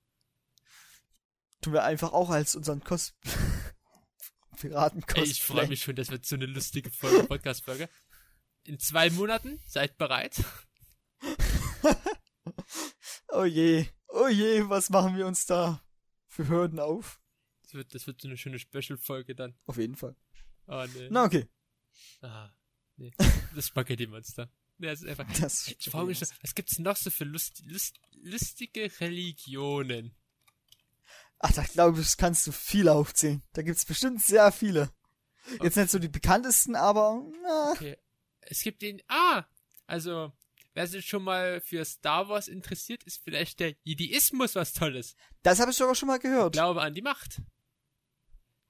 [SPEAKER 1] Tun wir einfach auch als unseren Kos (laughs) Piratenkosplay.
[SPEAKER 2] Ey, ich freue mich schon, das wird so eine lustige Folge, Podcast-Folge. In zwei Monaten, seid bereit.
[SPEAKER 1] Oh je. Oh je, was machen wir uns da für Hürden auf?
[SPEAKER 2] Das wird, das wird so eine schöne Special-Folge dann.
[SPEAKER 1] Auf jeden Fall.
[SPEAKER 2] Oh, nee.
[SPEAKER 1] Na okay.
[SPEAKER 2] Ah, nee. Das Spaghetti-Monster. Nee, das ist einfach.
[SPEAKER 1] Das
[SPEAKER 2] Ich frage mich schon, was gibt's noch so für lust, lust, lustige Religionen?
[SPEAKER 1] Ach, da glaube ich, kannst du viele aufzählen. Da gibt's bestimmt sehr viele. Jetzt nicht so die bekanntesten, aber na,
[SPEAKER 2] Okay. Es gibt den. Ah! Also, wer sich schon mal für Star Wars interessiert, ist vielleicht der Jediismus was Tolles.
[SPEAKER 1] das habe ich sogar schon mal gehört.
[SPEAKER 2] Glaube an die Macht.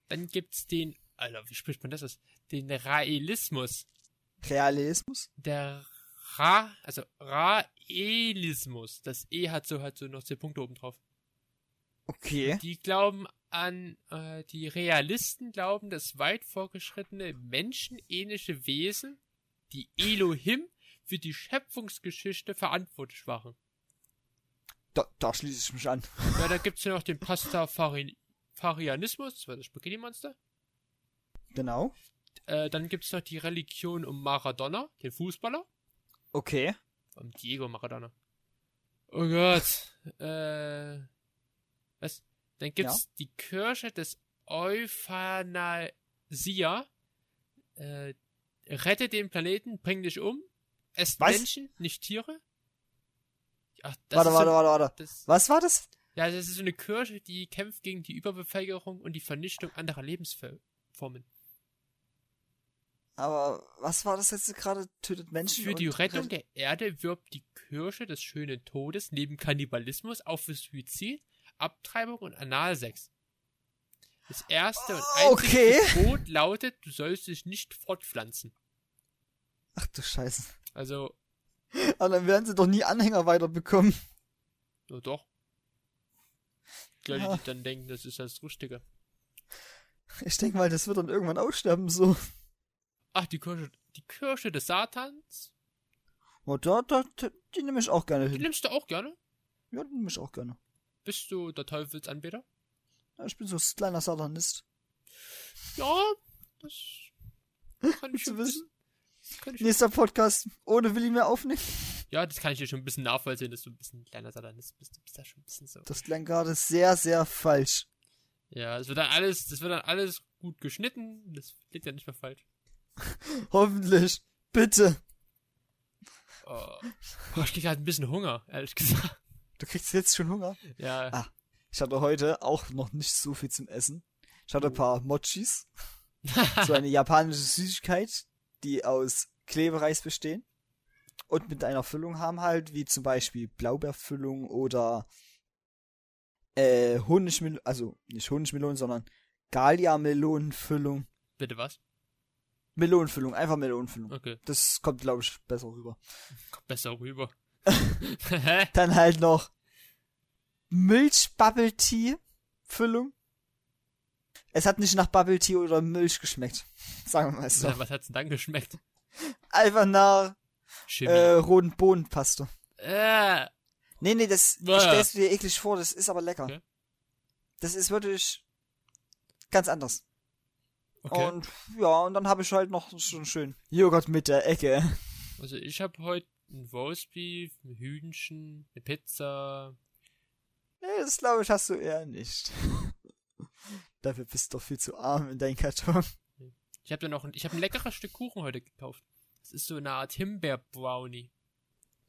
[SPEAKER 2] Dann gibt's den. Alter, wie spricht man das aus? Den Raelismus.
[SPEAKER 1] Realismus?
[SPEAKER 2] Der Ra, also Raelismus. Das E hat so halt so noch zehn Punkte oben drauf.
[SPEAKER 1] Okay.
[SPEAKER 2] Die glauben an, äh, die Realisten glauben, dass weit vorgeschrittene menschenähnliche Wesen, die Elohim, für die Schöpfungsgeschichte verantwortlich waren.
[SPEAKER 1] Da, da schließe ich mich an.
[SPEAKER 2] Ja, da gibt's ja noch den Pastafarianismus, das war das Spaghetti-Monster.
[SPEAKER 1] Genau.
[SPEAKER 2] Äh, dann gibt's noch die Religion um Maradona, den Fußballer.
[SPEAKER 1] Okay.
[SPEAKER 2] Um Diego Maradona. Oh Gott. äh, was? Dann gibt's die Kirche des Euthanasia. Äh, rette den Planeten, bring dich um. Esst
[SPEAKER 1] Was?
[SPEAKER 2] Menschen, nicht Tiere. Ach, das
[SPEAKER 1] warte,
[SPEAKER 2] ist so,
[SPEAKER 1] warte, warte, warte.
[SPEAKER 2] Das,
[SPEAKER 1] Was war das?
[SPEAKER 2] ja, das ist so eine Kirche, die kämpft gegen die Überbevölkerung und die Vernichtung anderer Lebensformen.
[SPEAKER 1] Aber was war das jetzt gerade? Tötet Menschen?
[SPEAKER 2] Für die
[SPEAKER 1] und-
[SPEAKER 2] Rettung der Erde wirbt die Kirche des schönen Todes neben Kannibalismus auch für Suizid, Abtreibung und Analsex. Das erste und einzige
[SPEAKER 1] Ah, Okay.
[SPEAKER 2] Gebot lautet, du sollst dich nicht fortpflanzen.
[SPEAKER 1] Ach du Scheiße.
[SPEAKER 2] Also,
[SPEAKER 1] Aber dann werden sie doch nie Anhänger weiterbekommen.
[SPEAKER 2] ja doch. Die Leute,
[SPEAKER 1] Ja.
[SPEAKER 2] die dann denken, das ist das Richtige.
[SPEAKER 1] Ich denke mal, das wird dann irgendwann aussterben, so.
[SPEAKER 2] Ach, die Kirche, die Kirche des Satans?
[SPEAKER 1] Oh, da, da, da, die nehme ich auch gerne
[SPEAKER 2] Die
[SPEAKER 1] hin.
[SPEAKER 2] nimmst du auch gerne?
[SPEAKER 1] Ja, die nehme ich auch gerne.
[SPEAKER 2] Bist du der Teufelsanbeter?
[SPEAKER 1] Ja, Ich bin so ein kleiner Satanist.
[SPEAKER 2] Ja,
[SPEAKER 1] (laughs)
[SPEAKER 2] das kann ich
[SPEAKER 1] Gut um zu
[SPEAKER 2] schon wissen. Kann ich
[SPEAKER 1] Nächster Podcast ohne Willi mehr aufnehmen.
[SPEAKER 2] Ja, das kann ich dir schon ein bisschen nachvollziehen, dass du ein bisschen ein kleiner Satanist bist. Du bist da schon ein bisschen so.
[SPEAKER 1] Das klang gerade sehr, sehr falsch.
[SPEAKER 2] Ja, es wird dann alles, das wird dann alles gut geschnitten. Das klingt ja nicht mehr falsch.
[SPEAKER 1] Hoffentlich. Bitte.
[SPEAKER 2] Oh, Boah, ich krieg halt ein bisschen Hunger, ehrlich gesagt.
[SPEAKER 1] Du kriegst jetzt schon Hunger.
[SPEAKER 2] Ja,
[SPEAKER 1] Ah. Ich hatte heute auch noch nicht so viel zum Essen. Ich hatte ein paar Mochis. so eine japanische Süßigkeit, die aus Klebereis bestehen. Und mit einer Füllung haben halt, wie zum Beispiel Blaubeerfüllung oder äh, Honigmelone, also nicht Honigmelone, sondern Galia-Melonenfüllung.
[SPEAKER 2] bitte was?
[SPEAKER 1] Melonenfüllung, einfach Melonenfüllung.
[SPEAKER 2] Okay,
[SPEAKER 1] Das kommt, glaube ich, besser rüber.
[SPEAKER 2] kommt besser rüber.
[SPEAKER 1] (laughs) Dann halt noch Milch-Bubble-Tea-Füllung. Es hat nicht nach Bubble-Tea oder Milch geschmeckt. (laughs) Sagen wir mal so.
[SPEAKER 2] Na, was hat's denn dann geschmeckt?
[SPEAKER 1] Einfach nach
[SPEAKER 2] Chemie.
[SPEAKER 1] äh, roten Bohnenpaste.
[SPEAKER 2] Äh,
[SPEAKER 1] Nee, nee, das
[SPEAKER 2] Bäh.
[SPEAKER 1] stellst du dir eklig vor. Das ist aber lecker.
[SPEAKER 2] Okay.
[SPEAKER 1] Das ist wirklich ganz anders.
[SPEAKER 2] okay.
[SPEAKER 1] Und ja, und dann habe ich halt noch schon schön Joghurt mit der Ecke.
[SPEAKER 2] Also ich habe heute ein Roastbeef, ein Hühnchen, eine Pizza.
[SPEAKER 1] Nee, das glaube ich hast du eher nicht. (laughs) Dafür bist du doch viel zu arm in deinem Karton.
[SPEAKER 2] Ich habe dann noch, ein, ich habe ein leckeres Stück Kuchen heute gekauft. Das ist so eine Art Himbeer-Brownie.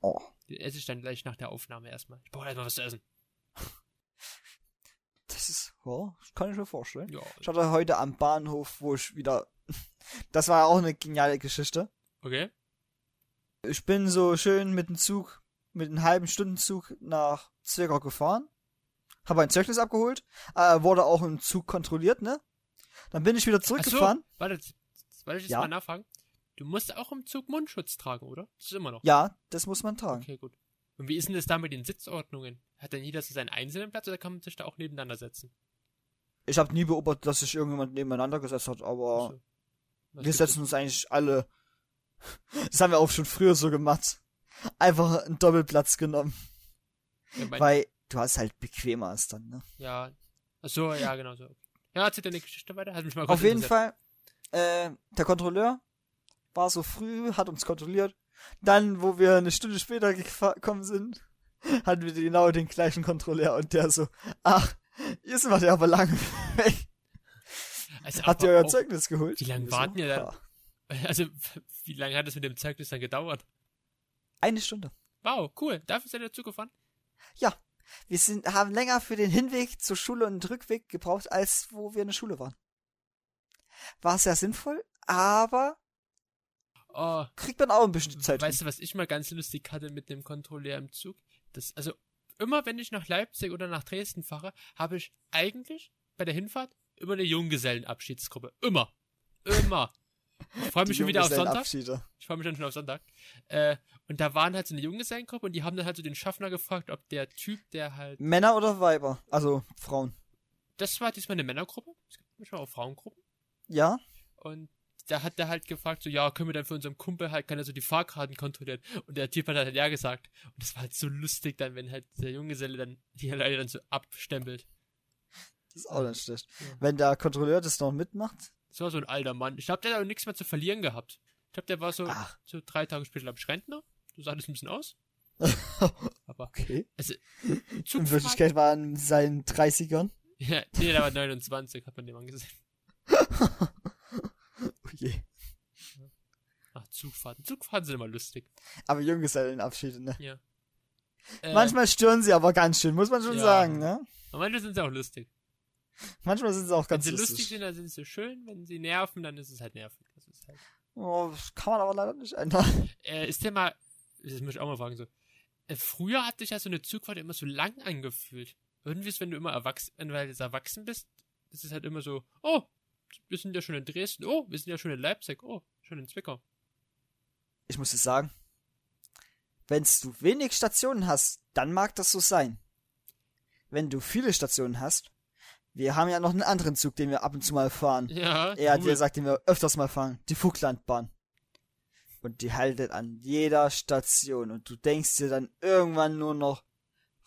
[SPEAKER 1] Oh.
[SPEAKER 2] Den esse ich dann gleich nach der Aufnahme erstmal. Ich brauche erstmal was zu essen.
[SPEAKER 1] Das ist, ja, das kann ich mir vorstellen.
[SPEAKER 2] Ja,
[SPEAKER 1] Ich hatte heute am Bahnhof, wo ich wieder. (laughs) Das war ja auch eine geniale Geschichte.
[SPEAKER 2] okay.
[SPEAKER 1] Ich bin so schön mit dem Zug, mit einem halben Stundenzug nach Zwickau gefahren. Habe ein Zeugnis abgeholt. Äh, wurde auch im Zug kontrolliert, ne? Dann bin ich wieder
[SPEAKER 2] Ach so,
[SPEAKER 1] zurückgefahren.
[SPEAKER 2] warte, jetzt- jetzt- warte, ich jetzt
[SPEAKER 1] Ja.
[SPEAKER 2] mal nachfragen. Du musst auch im Zug Mundschutz tragen, oder? Das ist immer noch.
[SPEAKER 1] Ja, das muss man tragen.
[SPEAKER 2] Okay, gut. Und wie ist denn das da mit den Sitzordnungen? Hat denn jeder so seinen einzelnen Platz oder kann man sich da auch nebeneinander setzen?
[SPEAKER 1] Ich habe nie beobachtet, dass sich irgendjemand nebeneinander gesetzt hat,
[SPEAKER 2] Ach
[SPEAKER 1] aber
[SPEAKER 2] so. Was
[SPEAKER 1] Oh. wir
[SPEAKER 2] gibt's
[SPEAKER 1] setzen uns eigentlich alle. (laughs) Das haben wir auch schon früher so gemacht. Einfach einen Doppelplatz genommen.
[SPEAKER 2] denn? Ja, mein-
[SPEAKER 1] Weil du hast halt bequemer ist dann, ne?
[SPEAKER 2] ja. Ach so, ja, genau so. Ja, erzähl deine Geschichte weiter. Hat mich mal kurz
[SPEAKER 1] Auf jeden
[SPEAKER 2] interessiert.
[SPEAKER 1] Fall, äh, der Kontrolleur war so früh, hat uns kontrolliert. Dann, wo wir eine Stunde später gefa- gekommen sind, (laughs) hatten wir genau den gleichen Kontrolleur und der so, ach, ihr seid ja aber lange (laughs) weg.
[SPEAKER 2] Also,
[SPEAKER 1] Habt ihr
[SPEAKER 2] aber
[SPEAKER 1] euer
[SPEAKER 2] auch-
[SPEAKER 1] Zeugnis geholt?
[SPEAKER 2] wie lange
[SPEAKER 1] Wir
[SPEAKER 2] warten ihr da?
[SPEAKER 1] "Ja,
[SPEAKER 2] (laughs) Also, wie lange hat es mit dem Zeugnis dann gedauert?
[SPEAKER 1] Eine Stunde.
[SPEAKER 2] Wow, cool. Dafür seid ihr zugefahren?
[SPEAKER 1] Ja. Wir sind, haben länger für den Hinweg zur Schule und den Rückweg gebraucht, als wo wir in der Schule waren. War sehr sinnvoll, aber
[SPEAKER 2] Oh,
[SPEAKER 1] kriegt man auch ein bisschen Zeit.
[SPEAKER 2] Weißt du, was ich mal ganz lustig hatte mit dem Kontrolleur im Zug? Das, also, immer wenn ich nach Leipzig oder nach Dresden fahre, habe ich eigentlich bei der Hinfahrt immer eine Junggesellenabschiedsgruppe. Immer. Immer. Ich freue mich schon wieder auf Sonntag.
[SPEAKER 1] Abschiede.
[SPEAKER 2] Ich freue mich dann schon auf Sonntag. Äh, und da waren halt so eine Junggesellengruppe und die haben dann halt so den Schaffner gefragt, ob der Typ, der halt.
[SPEAKER 1] Männer oder Weiber? Also Frauen.
[SPEAKER 2] Das war diesmal eine Männergruppe. Es gibt manchmal auch Frauengruppen.
[SPEAKER 1] Ja?
[SPEAKER 2] Und da hat er halt gefragt, so, ja, können wir dann für unseren Kumpel halt, kann er so die Fahrkarten kontrollieren? Und der Typ hat halt ja gesagt. Und das war halt so lustig dann, wenn halt der Junggeselle dann die Leute dann so abstempelt.
[SPEAKER 1] Das ist auch nicht schlecht. Wenn der Kontrolleur das noch mitmacht.
[SPEAKER 2] Das war so ein alter Mann. Ich glaube, der hat auch nichts mehr zu verlieren gehabt. Ich glaube, der war so,
[SPEAKER 1] Ach.
[SPEAKER 2] so drei Tage später, glaube ich, Rentner. So sah das ein
[SPEAKER 1] (laughs)
[SPEAKER 2] bisschen aus. Aber
[SPEAKER 1] Okay.
[SPEAKER 2] also,
[SPEAKER 1] In
[SPEAKER 2] Zugfahrt,
[SPEAKER 1] Wirklichkeit war er in seinen 30ern.
[SPEAKER 2] Ja, nee, der war 29, hat man dem angesehen.
[SPEAKER 1] Oh je.
[SPEAKER 2] Ach, Zugfahrten. Zugfahrten sind immer lustig.
[SPEAKER 1] Aber Junggesellenabschiede, ne?
[SPEAKER 2] Ja. Äh,
[SPEAKER 1] Manchmal stören sie aber ganz schön, muss man schon
[SPEAKER 2] Ja.
[SPEAKER 1] sagen, ne?
[SPEAKER 2] aber manchmal sind sie auch lustig.
[SPEAKER 1] Manchmal sind sie auch
[SPEAKER 2] Wenn
[SPEAKER 1] ganz
[SPEAKER 2] sie lustig.
[SPEAKER 1] lustig.
[SPEAKER 2] sind, dann sind sie schön. Wenn sie nerven, dann ist es halt nervig. Das ist, halt.
[SPEAKER 1] Oh, das kann man aber leider nicht ändern.
[SPEAKER 2] äh, ist der mal, das muss ich auch mal fragen, so. Äh, früher hat sich ja so eine Zugfahrt immer so lang angefühlt. Irgendwie ist, wenn du immer erwachsen, wenn du halt jetzt erwachsen bist, ist es halt immer so, oh, wir sind ja schon in Dresden, oh, wir sind ja schon in Leipzig, oh, schon in Zwickau.
[SPEAKER 1] Ich muss es sagen. Wenn du wenig Stationen hast, dann mag das so sein. Wenn du viele Stationen hast, wir haben ja noch einen anderen Zug, den wir ab und zu mal fahren.
[SPEAKER 2] Ja,
[SPEAKER 1] Er hat
[SPEAKER 2] cool.
[SPEAKER 1] gesagt, den wir öfters mal fahren. Die Vogtlandbahn. Und die haltet an jeder Station. Und du denkst dir dann irgendwann nur noch,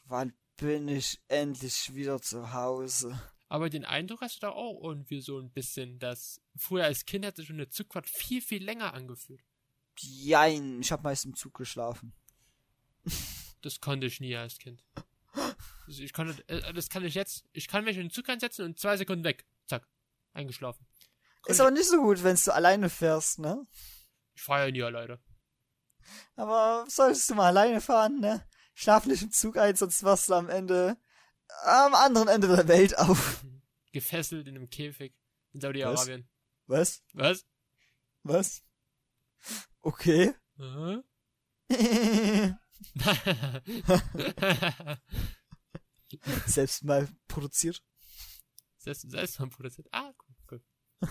[SPEAKER 1] wann bin ich endlich wieder zu Hause?
[SPEAKER 2] Aber den Eindruck hast du da auch irgendwie so ein bisschen, dass früher als Kind hat sich schon eine Zugfahrt viel, viel länger angefühlt.
[SPEAKER 1] Jein, ich hab meist im Zug geschlafen.
[SPEAKER 2] Das konnte ich nie als Kind. Also ich konnte, äh, das kann ich jetzt, ich kann mich in den Zug einsetzen und zwei Sekunden weg. Zack. Eingeschlafen.
[SPEAKER 1] Ist aber nicht so gut, wenn du alleine fährst, ne?
[SPEAKER 2] Ich fahre ja nie alleine.
[SPEAKER 1] Aber solltest du mal alleine fahren, ne? Schlaf nicht im Zug ein, sonst wachst du am Ende, am anderen Ende der Welt auf.
[SPEAKER 2] Gefesselt in einem Käfig in Saudi-Arabien.
[SPEAKER 1] Was?
[SPEAKER 2] Was?
[SPEAKER 1] Was? Okay. (laughs)
[SPEAKER 2] Hä?
[SPEAKER 1] Selbst mal produziert.
[SPEAKER 2] (laughs) selbst, selbst haben produziert. Ah, cool, cool.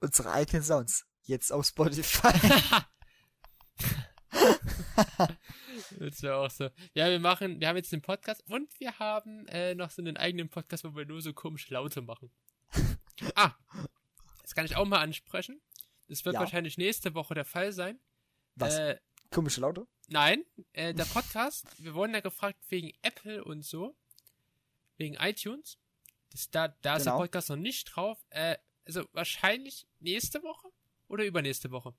[SPEAKER 1] unsere eigenen Sounds. Jetzt auf
[SPEAKER 2] (laughs)
[SPEAKER 1] Spotify.
[SPEAKER 2] Das wäre auch so. Ja, wir machen, wir haben jetzt den Podcast und wir haben äh, noch so einen eigenen Podcast, wo wir nur so komisch Laute machen. ah, das kann ich auch mal ansprechen. Das wird
[SPEAKER 1] Ja.
[SPEAKER 2] wahrscheinlich nächste Woche der Fall sein.
[SPEAKER 1] Was?
[SPEAKER 2] Äh,
[SPEAKER 1] Komische Laute?
[SPEAKER 2] nein, äh, der Podcast, wir wurden ja gefragt wegen Apple und so, wegen iTunes. Das, da da ist der
[SPEAKER 1] Genau.
[SPEAKER 2] Podcast noch nicht drauf. Äh, also wahrscheinlich nächste Woche oder übernächste Woche.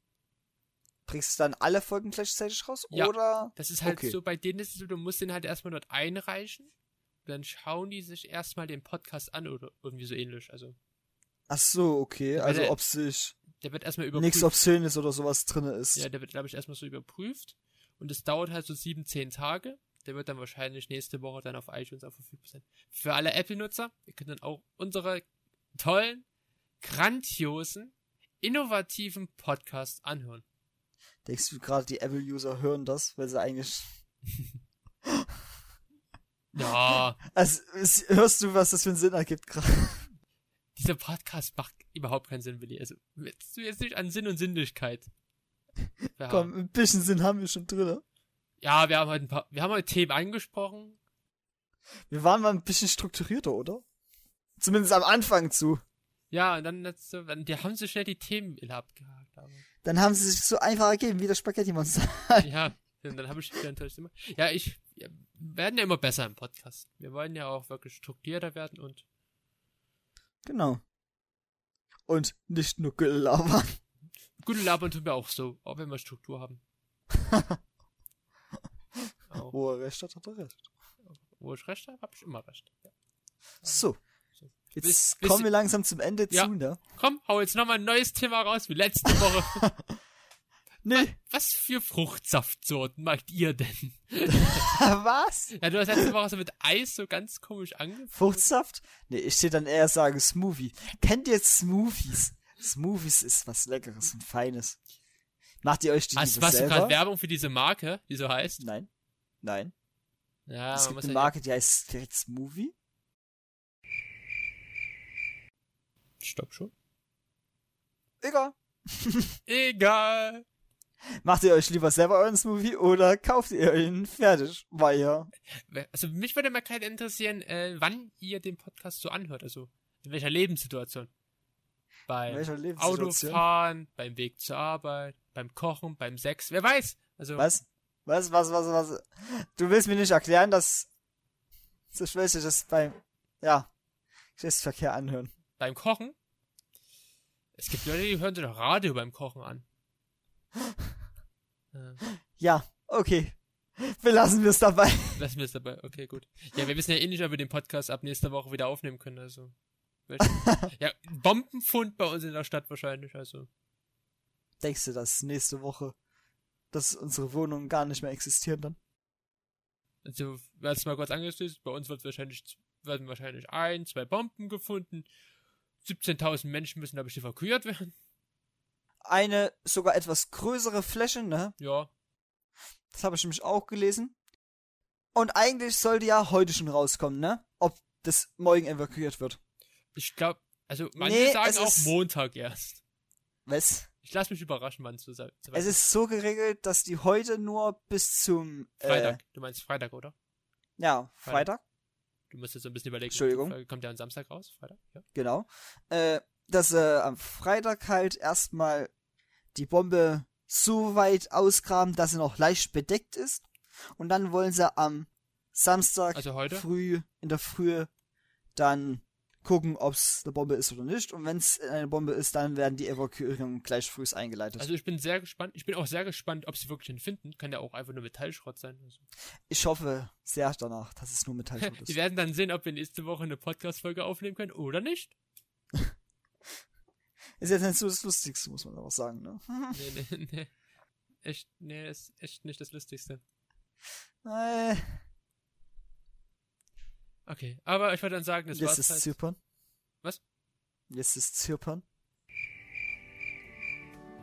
[SPEAKER 1] Bringst du dann alle Folgen gleichzeitig raus?
[SPEAKER 2] Ja.
[SPEAKER 1] Oder?
[SPEAKER 2] Das ist halt
[SPEAKER 1] Okay.
[SPEAKER 2] so, bei denen ist es so, du musst den halt erstmal dort einreichen. Und dann schauen die sich erstmal den Podcast an oder irgendwie so ähnlich. Also,
[SPEAKER 1] Ach so, okay. Also,
[SPEAKER 2] der-
[SPEAKER 1] ob sich
[SPEAKER 2] der wird erstmal überprüft.
[SPEAKER 1] nichts Obszönes oder sowas drinne ist.
[SPEAKER 2] ja, der wird, glaube ich, erstmal so überprüft. Und das dauert halt so sieben, zehn Tage. Der wird dann wahrscheinlich nächste Woche dann auf iTunes auch verfügbar sein. Für alle Apple-Nutzer, ihr könnt dann auch unsere tollen, grandiosen, innovativen Podcasts anhören.
[SPEAKER 1] Denkst du gerade, die Apple-User hören das, weil sie eigentlich. (laughs)
[SPEAKER 2] Ja,
[SPEAKER 1] Also, es- hörst du, was das für einen Sinn ergibt gerade?
[SPEAKER 2] dieser Podcast macht überhaupt keinen Sinn, Willi. Also, willst du jetzt nicht an Sinn und Sinnlichkeit. Ja.
[SPEAKER 1] Komm, ein bisschen Sinn haben wir schon drinne.
[SPEAKER 2] Ja, wir haben heute ein paar, wir haben heute Themen angesprochen.
[SPEAKER 1] Wir waren mal ein bisschen strukturierter, oder? Zumindest am Anfang zu.
[SPEAKER 2] Ja, und dann, hat's so- dann die haben so schnell die Themen alle abgehakt. Aber,
[SPEAKER 1] Dann haben sie sich so einfach ergeben, wie das Spaghetti-Monster. (laughs)
[SPEAKER 2] ja, und dann habe ich wieder enttäuscht immer. Ja, ich, wir werden ja immer besser im Podcast. Wir wollen ja auch wirklich strukturierter werden und
[SPEAKER 1] genau. Und nicht nur gelabert.
[SPEAKER 2] gute Labern tun wir auch so, auch wenn wir Struktur haben. auch,
[SPEAKER 1] Wo er recht hat, hat er recht.
[SPEAKER 2] wo ich recht habe, habe ich immer recht. Ja.
[SPEAKER 1] So.
[SPEAKER 2] So.
[SPEAKER 1] Jetzt
[SPEAKER 2] Wisst- wisst
[SPEAKER 1] kommen
[SPEAKER 2] ihr-
[SPEAKER 1] wir langsam zum Ende
[SPEAKER 2] Ja.
[SPEAKER 1] zu, ne?
[SPEAKER 2] Komm, hau jetzt nochmal ein neues Thema raus, wie letzte Woche.
[SPEAKER 1] (laughs) Nee.
[SPEAKER 2] Was für Fruchtsaftsorten macht ihr denn?
[SPEAKER 1] (laughs) Was?
[SPEAKER 2] Ja, du hast letzte Woche so mit Eis so ganz komisch angefangen.
[SPEAKER 1] Fruchtsaft? Nee, ich stehe dann eher sagen Smoothie. Kennt ihr Smoothies? Smoothies ist was Leckeres und Feines. Macht ihr euch die
[SPEAKER 2] Hast,
[SPEAKER 1] lieber
[SPEAKER 2] machst du
[SPEAKER 1] selber?
[SPEAKER 2] gerade Werbung für diese Marke, die so heißt?
[SPEAKER 1] Nein. Nein.
[SPEAKER 2] Ja,
[SPEAKER 1] es
[SPEAKER 2] man
[SPEAKER 1] gibt
[SPEAKER 2] muss
[SPEAKER 1] eine
[SPEAKER 2] ja-
[SPEAKER 1] Marke, die heißt direkt Smoothie.
[SPEAKER 2] Stopp schon.
[SPEAKER 1] Egal.
[SPEAKER 2] Egal.
[SPEAKER 1] Macht ihr euch lieber selber euren Smoothie oder kauft ihr ihn fertig? Weil ja.
[SPEAKER 2] Also mich würde mal gerade interessieren, äh, wann ihr den Podcast so anhört. Also in welcher Lebenssituation.
[SPEAKER 1] In
[SPEAKER 2] Beim
[SPEAKER 1] welcher Lebenssituation?
[SPEAKER 2] Autofahren, beim Weg zur Arbeit, beim Kochen, beim Sex. Wer weiß. Also
[SPEAKER 1] Was? Was, was, was, was? Du willst mir nicht erklären, dass so schwer ist das beim, ja, Geschlechtsverkehr anhören.
[SPEAKER 2] beim Kochen. Es gibt Leute, die hören sich doch Radio beim
[SPEAKER 1] (laughs)
[SPEAKER 2] Kochen an. Äh.
[SPEAKER 1] Ja, okay. Belassen wir es dabei.
[SPEAKER 2] Lassen wir es dabei. Okay, gut. Ja, wir wissen ja eh nicht, ob wir den Podcast ab nächster Woche wieder aufnehmen können, also.
[SPEAKER 1] (laughs)
[SPEAKER 2] ja, Bombenfund bei uns in der Stadt wahrscheinlich, also.
[SPEAKER 1] Denkst du, dass nächste Woche, dass unsere Wohnungen gar nicht mehr existieren dann?
[SPEAKER 2] Also, wer es mal kurz angestößt, bei uns wird wahrscheinlich, werden wahrscheinlich ein, zwei Bomben gefunden. 17.000 Menschen müssen, glaube ich, evakuiert werden.
[SPEAKER 1] Eine sogar etwas größere Fläche, ne?
[SPEAKER 2] Ja.
[SPEAKER 1] Das habe ich nämlich auch gelesen. Und eigentlich sollte ja heute schon rauskommen, ne? Ob das morgen evakuiert wird.
[SPEAKER 2] Ich glaube, also, manche
[SPEAKER 1] Nee,
[SPEAKER 2] sagen
[SPEAKER 1] es
[SPEAKER 2] auch
[SPEAKER 1] ist-
[SPEAKER 2] Montag erst.
[SPEAKER 1] Was?
[SPEAKER 2] Ich lasse mich überraschen, wann es so sei. so weit
[SPEAKER 1] Es ist so geregelt, dass die heute nur bis zum äh,
[SPEAKER 2] Freitag. Du meinst Freitag, oder?
[SPEAKER 1] Ja,
[SPEAKER 2] Freitag.
[SPEAKER 1] Freitag,
[SPEAKER 2] Du musst jetzt so ein bisschen überlegen.
[SPEAKER 1] Entschuldigung.
[SPEAKER 2] Die Folge Kommt ja am Samstag raus? Freitag? Ja.
[SPEAKER 1] genau. Äh, dass äh, am Freitag halt erstmal die Bombe so weit ausgraben, dass sie noch leicht bedeckt ist. Und dann wollen sie am Samstag
[SPEAKER 2] Also heute?
[SPEAKER 1] früh, in der Frühe, dann gucken, ob es eine Bombe ist oder nicht. Und wenn es eine Bombe ist, dann werden die Evakuierungen gleich früh eingeleitet.
[SPEAKER 2] Also ich bin sehr gespannt. Ich bin auch sehr gespannt, ob sie wirklich einen finden. Kann ja auch einfach nur Metallschrott sein. Also.
[SPEAKER 1] ich hoffe sehr danach, dass es nur
[SPEAKER 2] (laughs)
[SPEAKER 1] Metallschrott
[SPEAKER 2] Wir
[SPEAKER 1] ist.
[SPEAKER 2] werden dann sehen, ob wir nächste Woche eine Podcast-Folge aufnehmen können oder nicht.
[SPEAKER 1] Ist jetzt nicht so das Lustigste, muss man auch sagen, ne?
[SPEAKER 2] Nee, nee, (laughs) nee. Echt, nee, ist echt nicht das Lustigste.
[SPEAKER 1] Äh,
[SPEAKER 2] Okay, aber ich würde dann sagen, das
[SPEAKER 1] jetzt
[SPEAKER 2] war's
[SPEAKER 1] ist
[SPEAKER 2] halt.
[SPEAKER 1] Zypern.
[SPEAKER 2] Was?
[SPEAKER 1] Jetzt ist Zypern.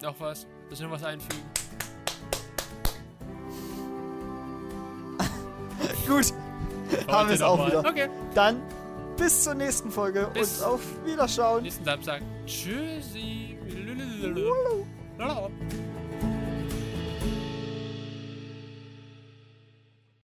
[SPEAKER 2] Noch was. Muss ich noch was einfügen?
[SPEAKER 1] Gut, (laughs) haben wir es
[SPEAKER 2] Heute
[SPEAKER 1] auch
[SPEAKER 2] noch
[SPEAKER 1] wieder.
[SPEAKER 2] mal. Okay,
[SPEAKER 1] Dann bis zur nächsten Folge
[SPEAKER 2] Bis-
[SPEAKER 1] und auf Wiederschauen.
[SPEAKER 2] nächsten Samstag. Tschüssi. Lulululu. Lala.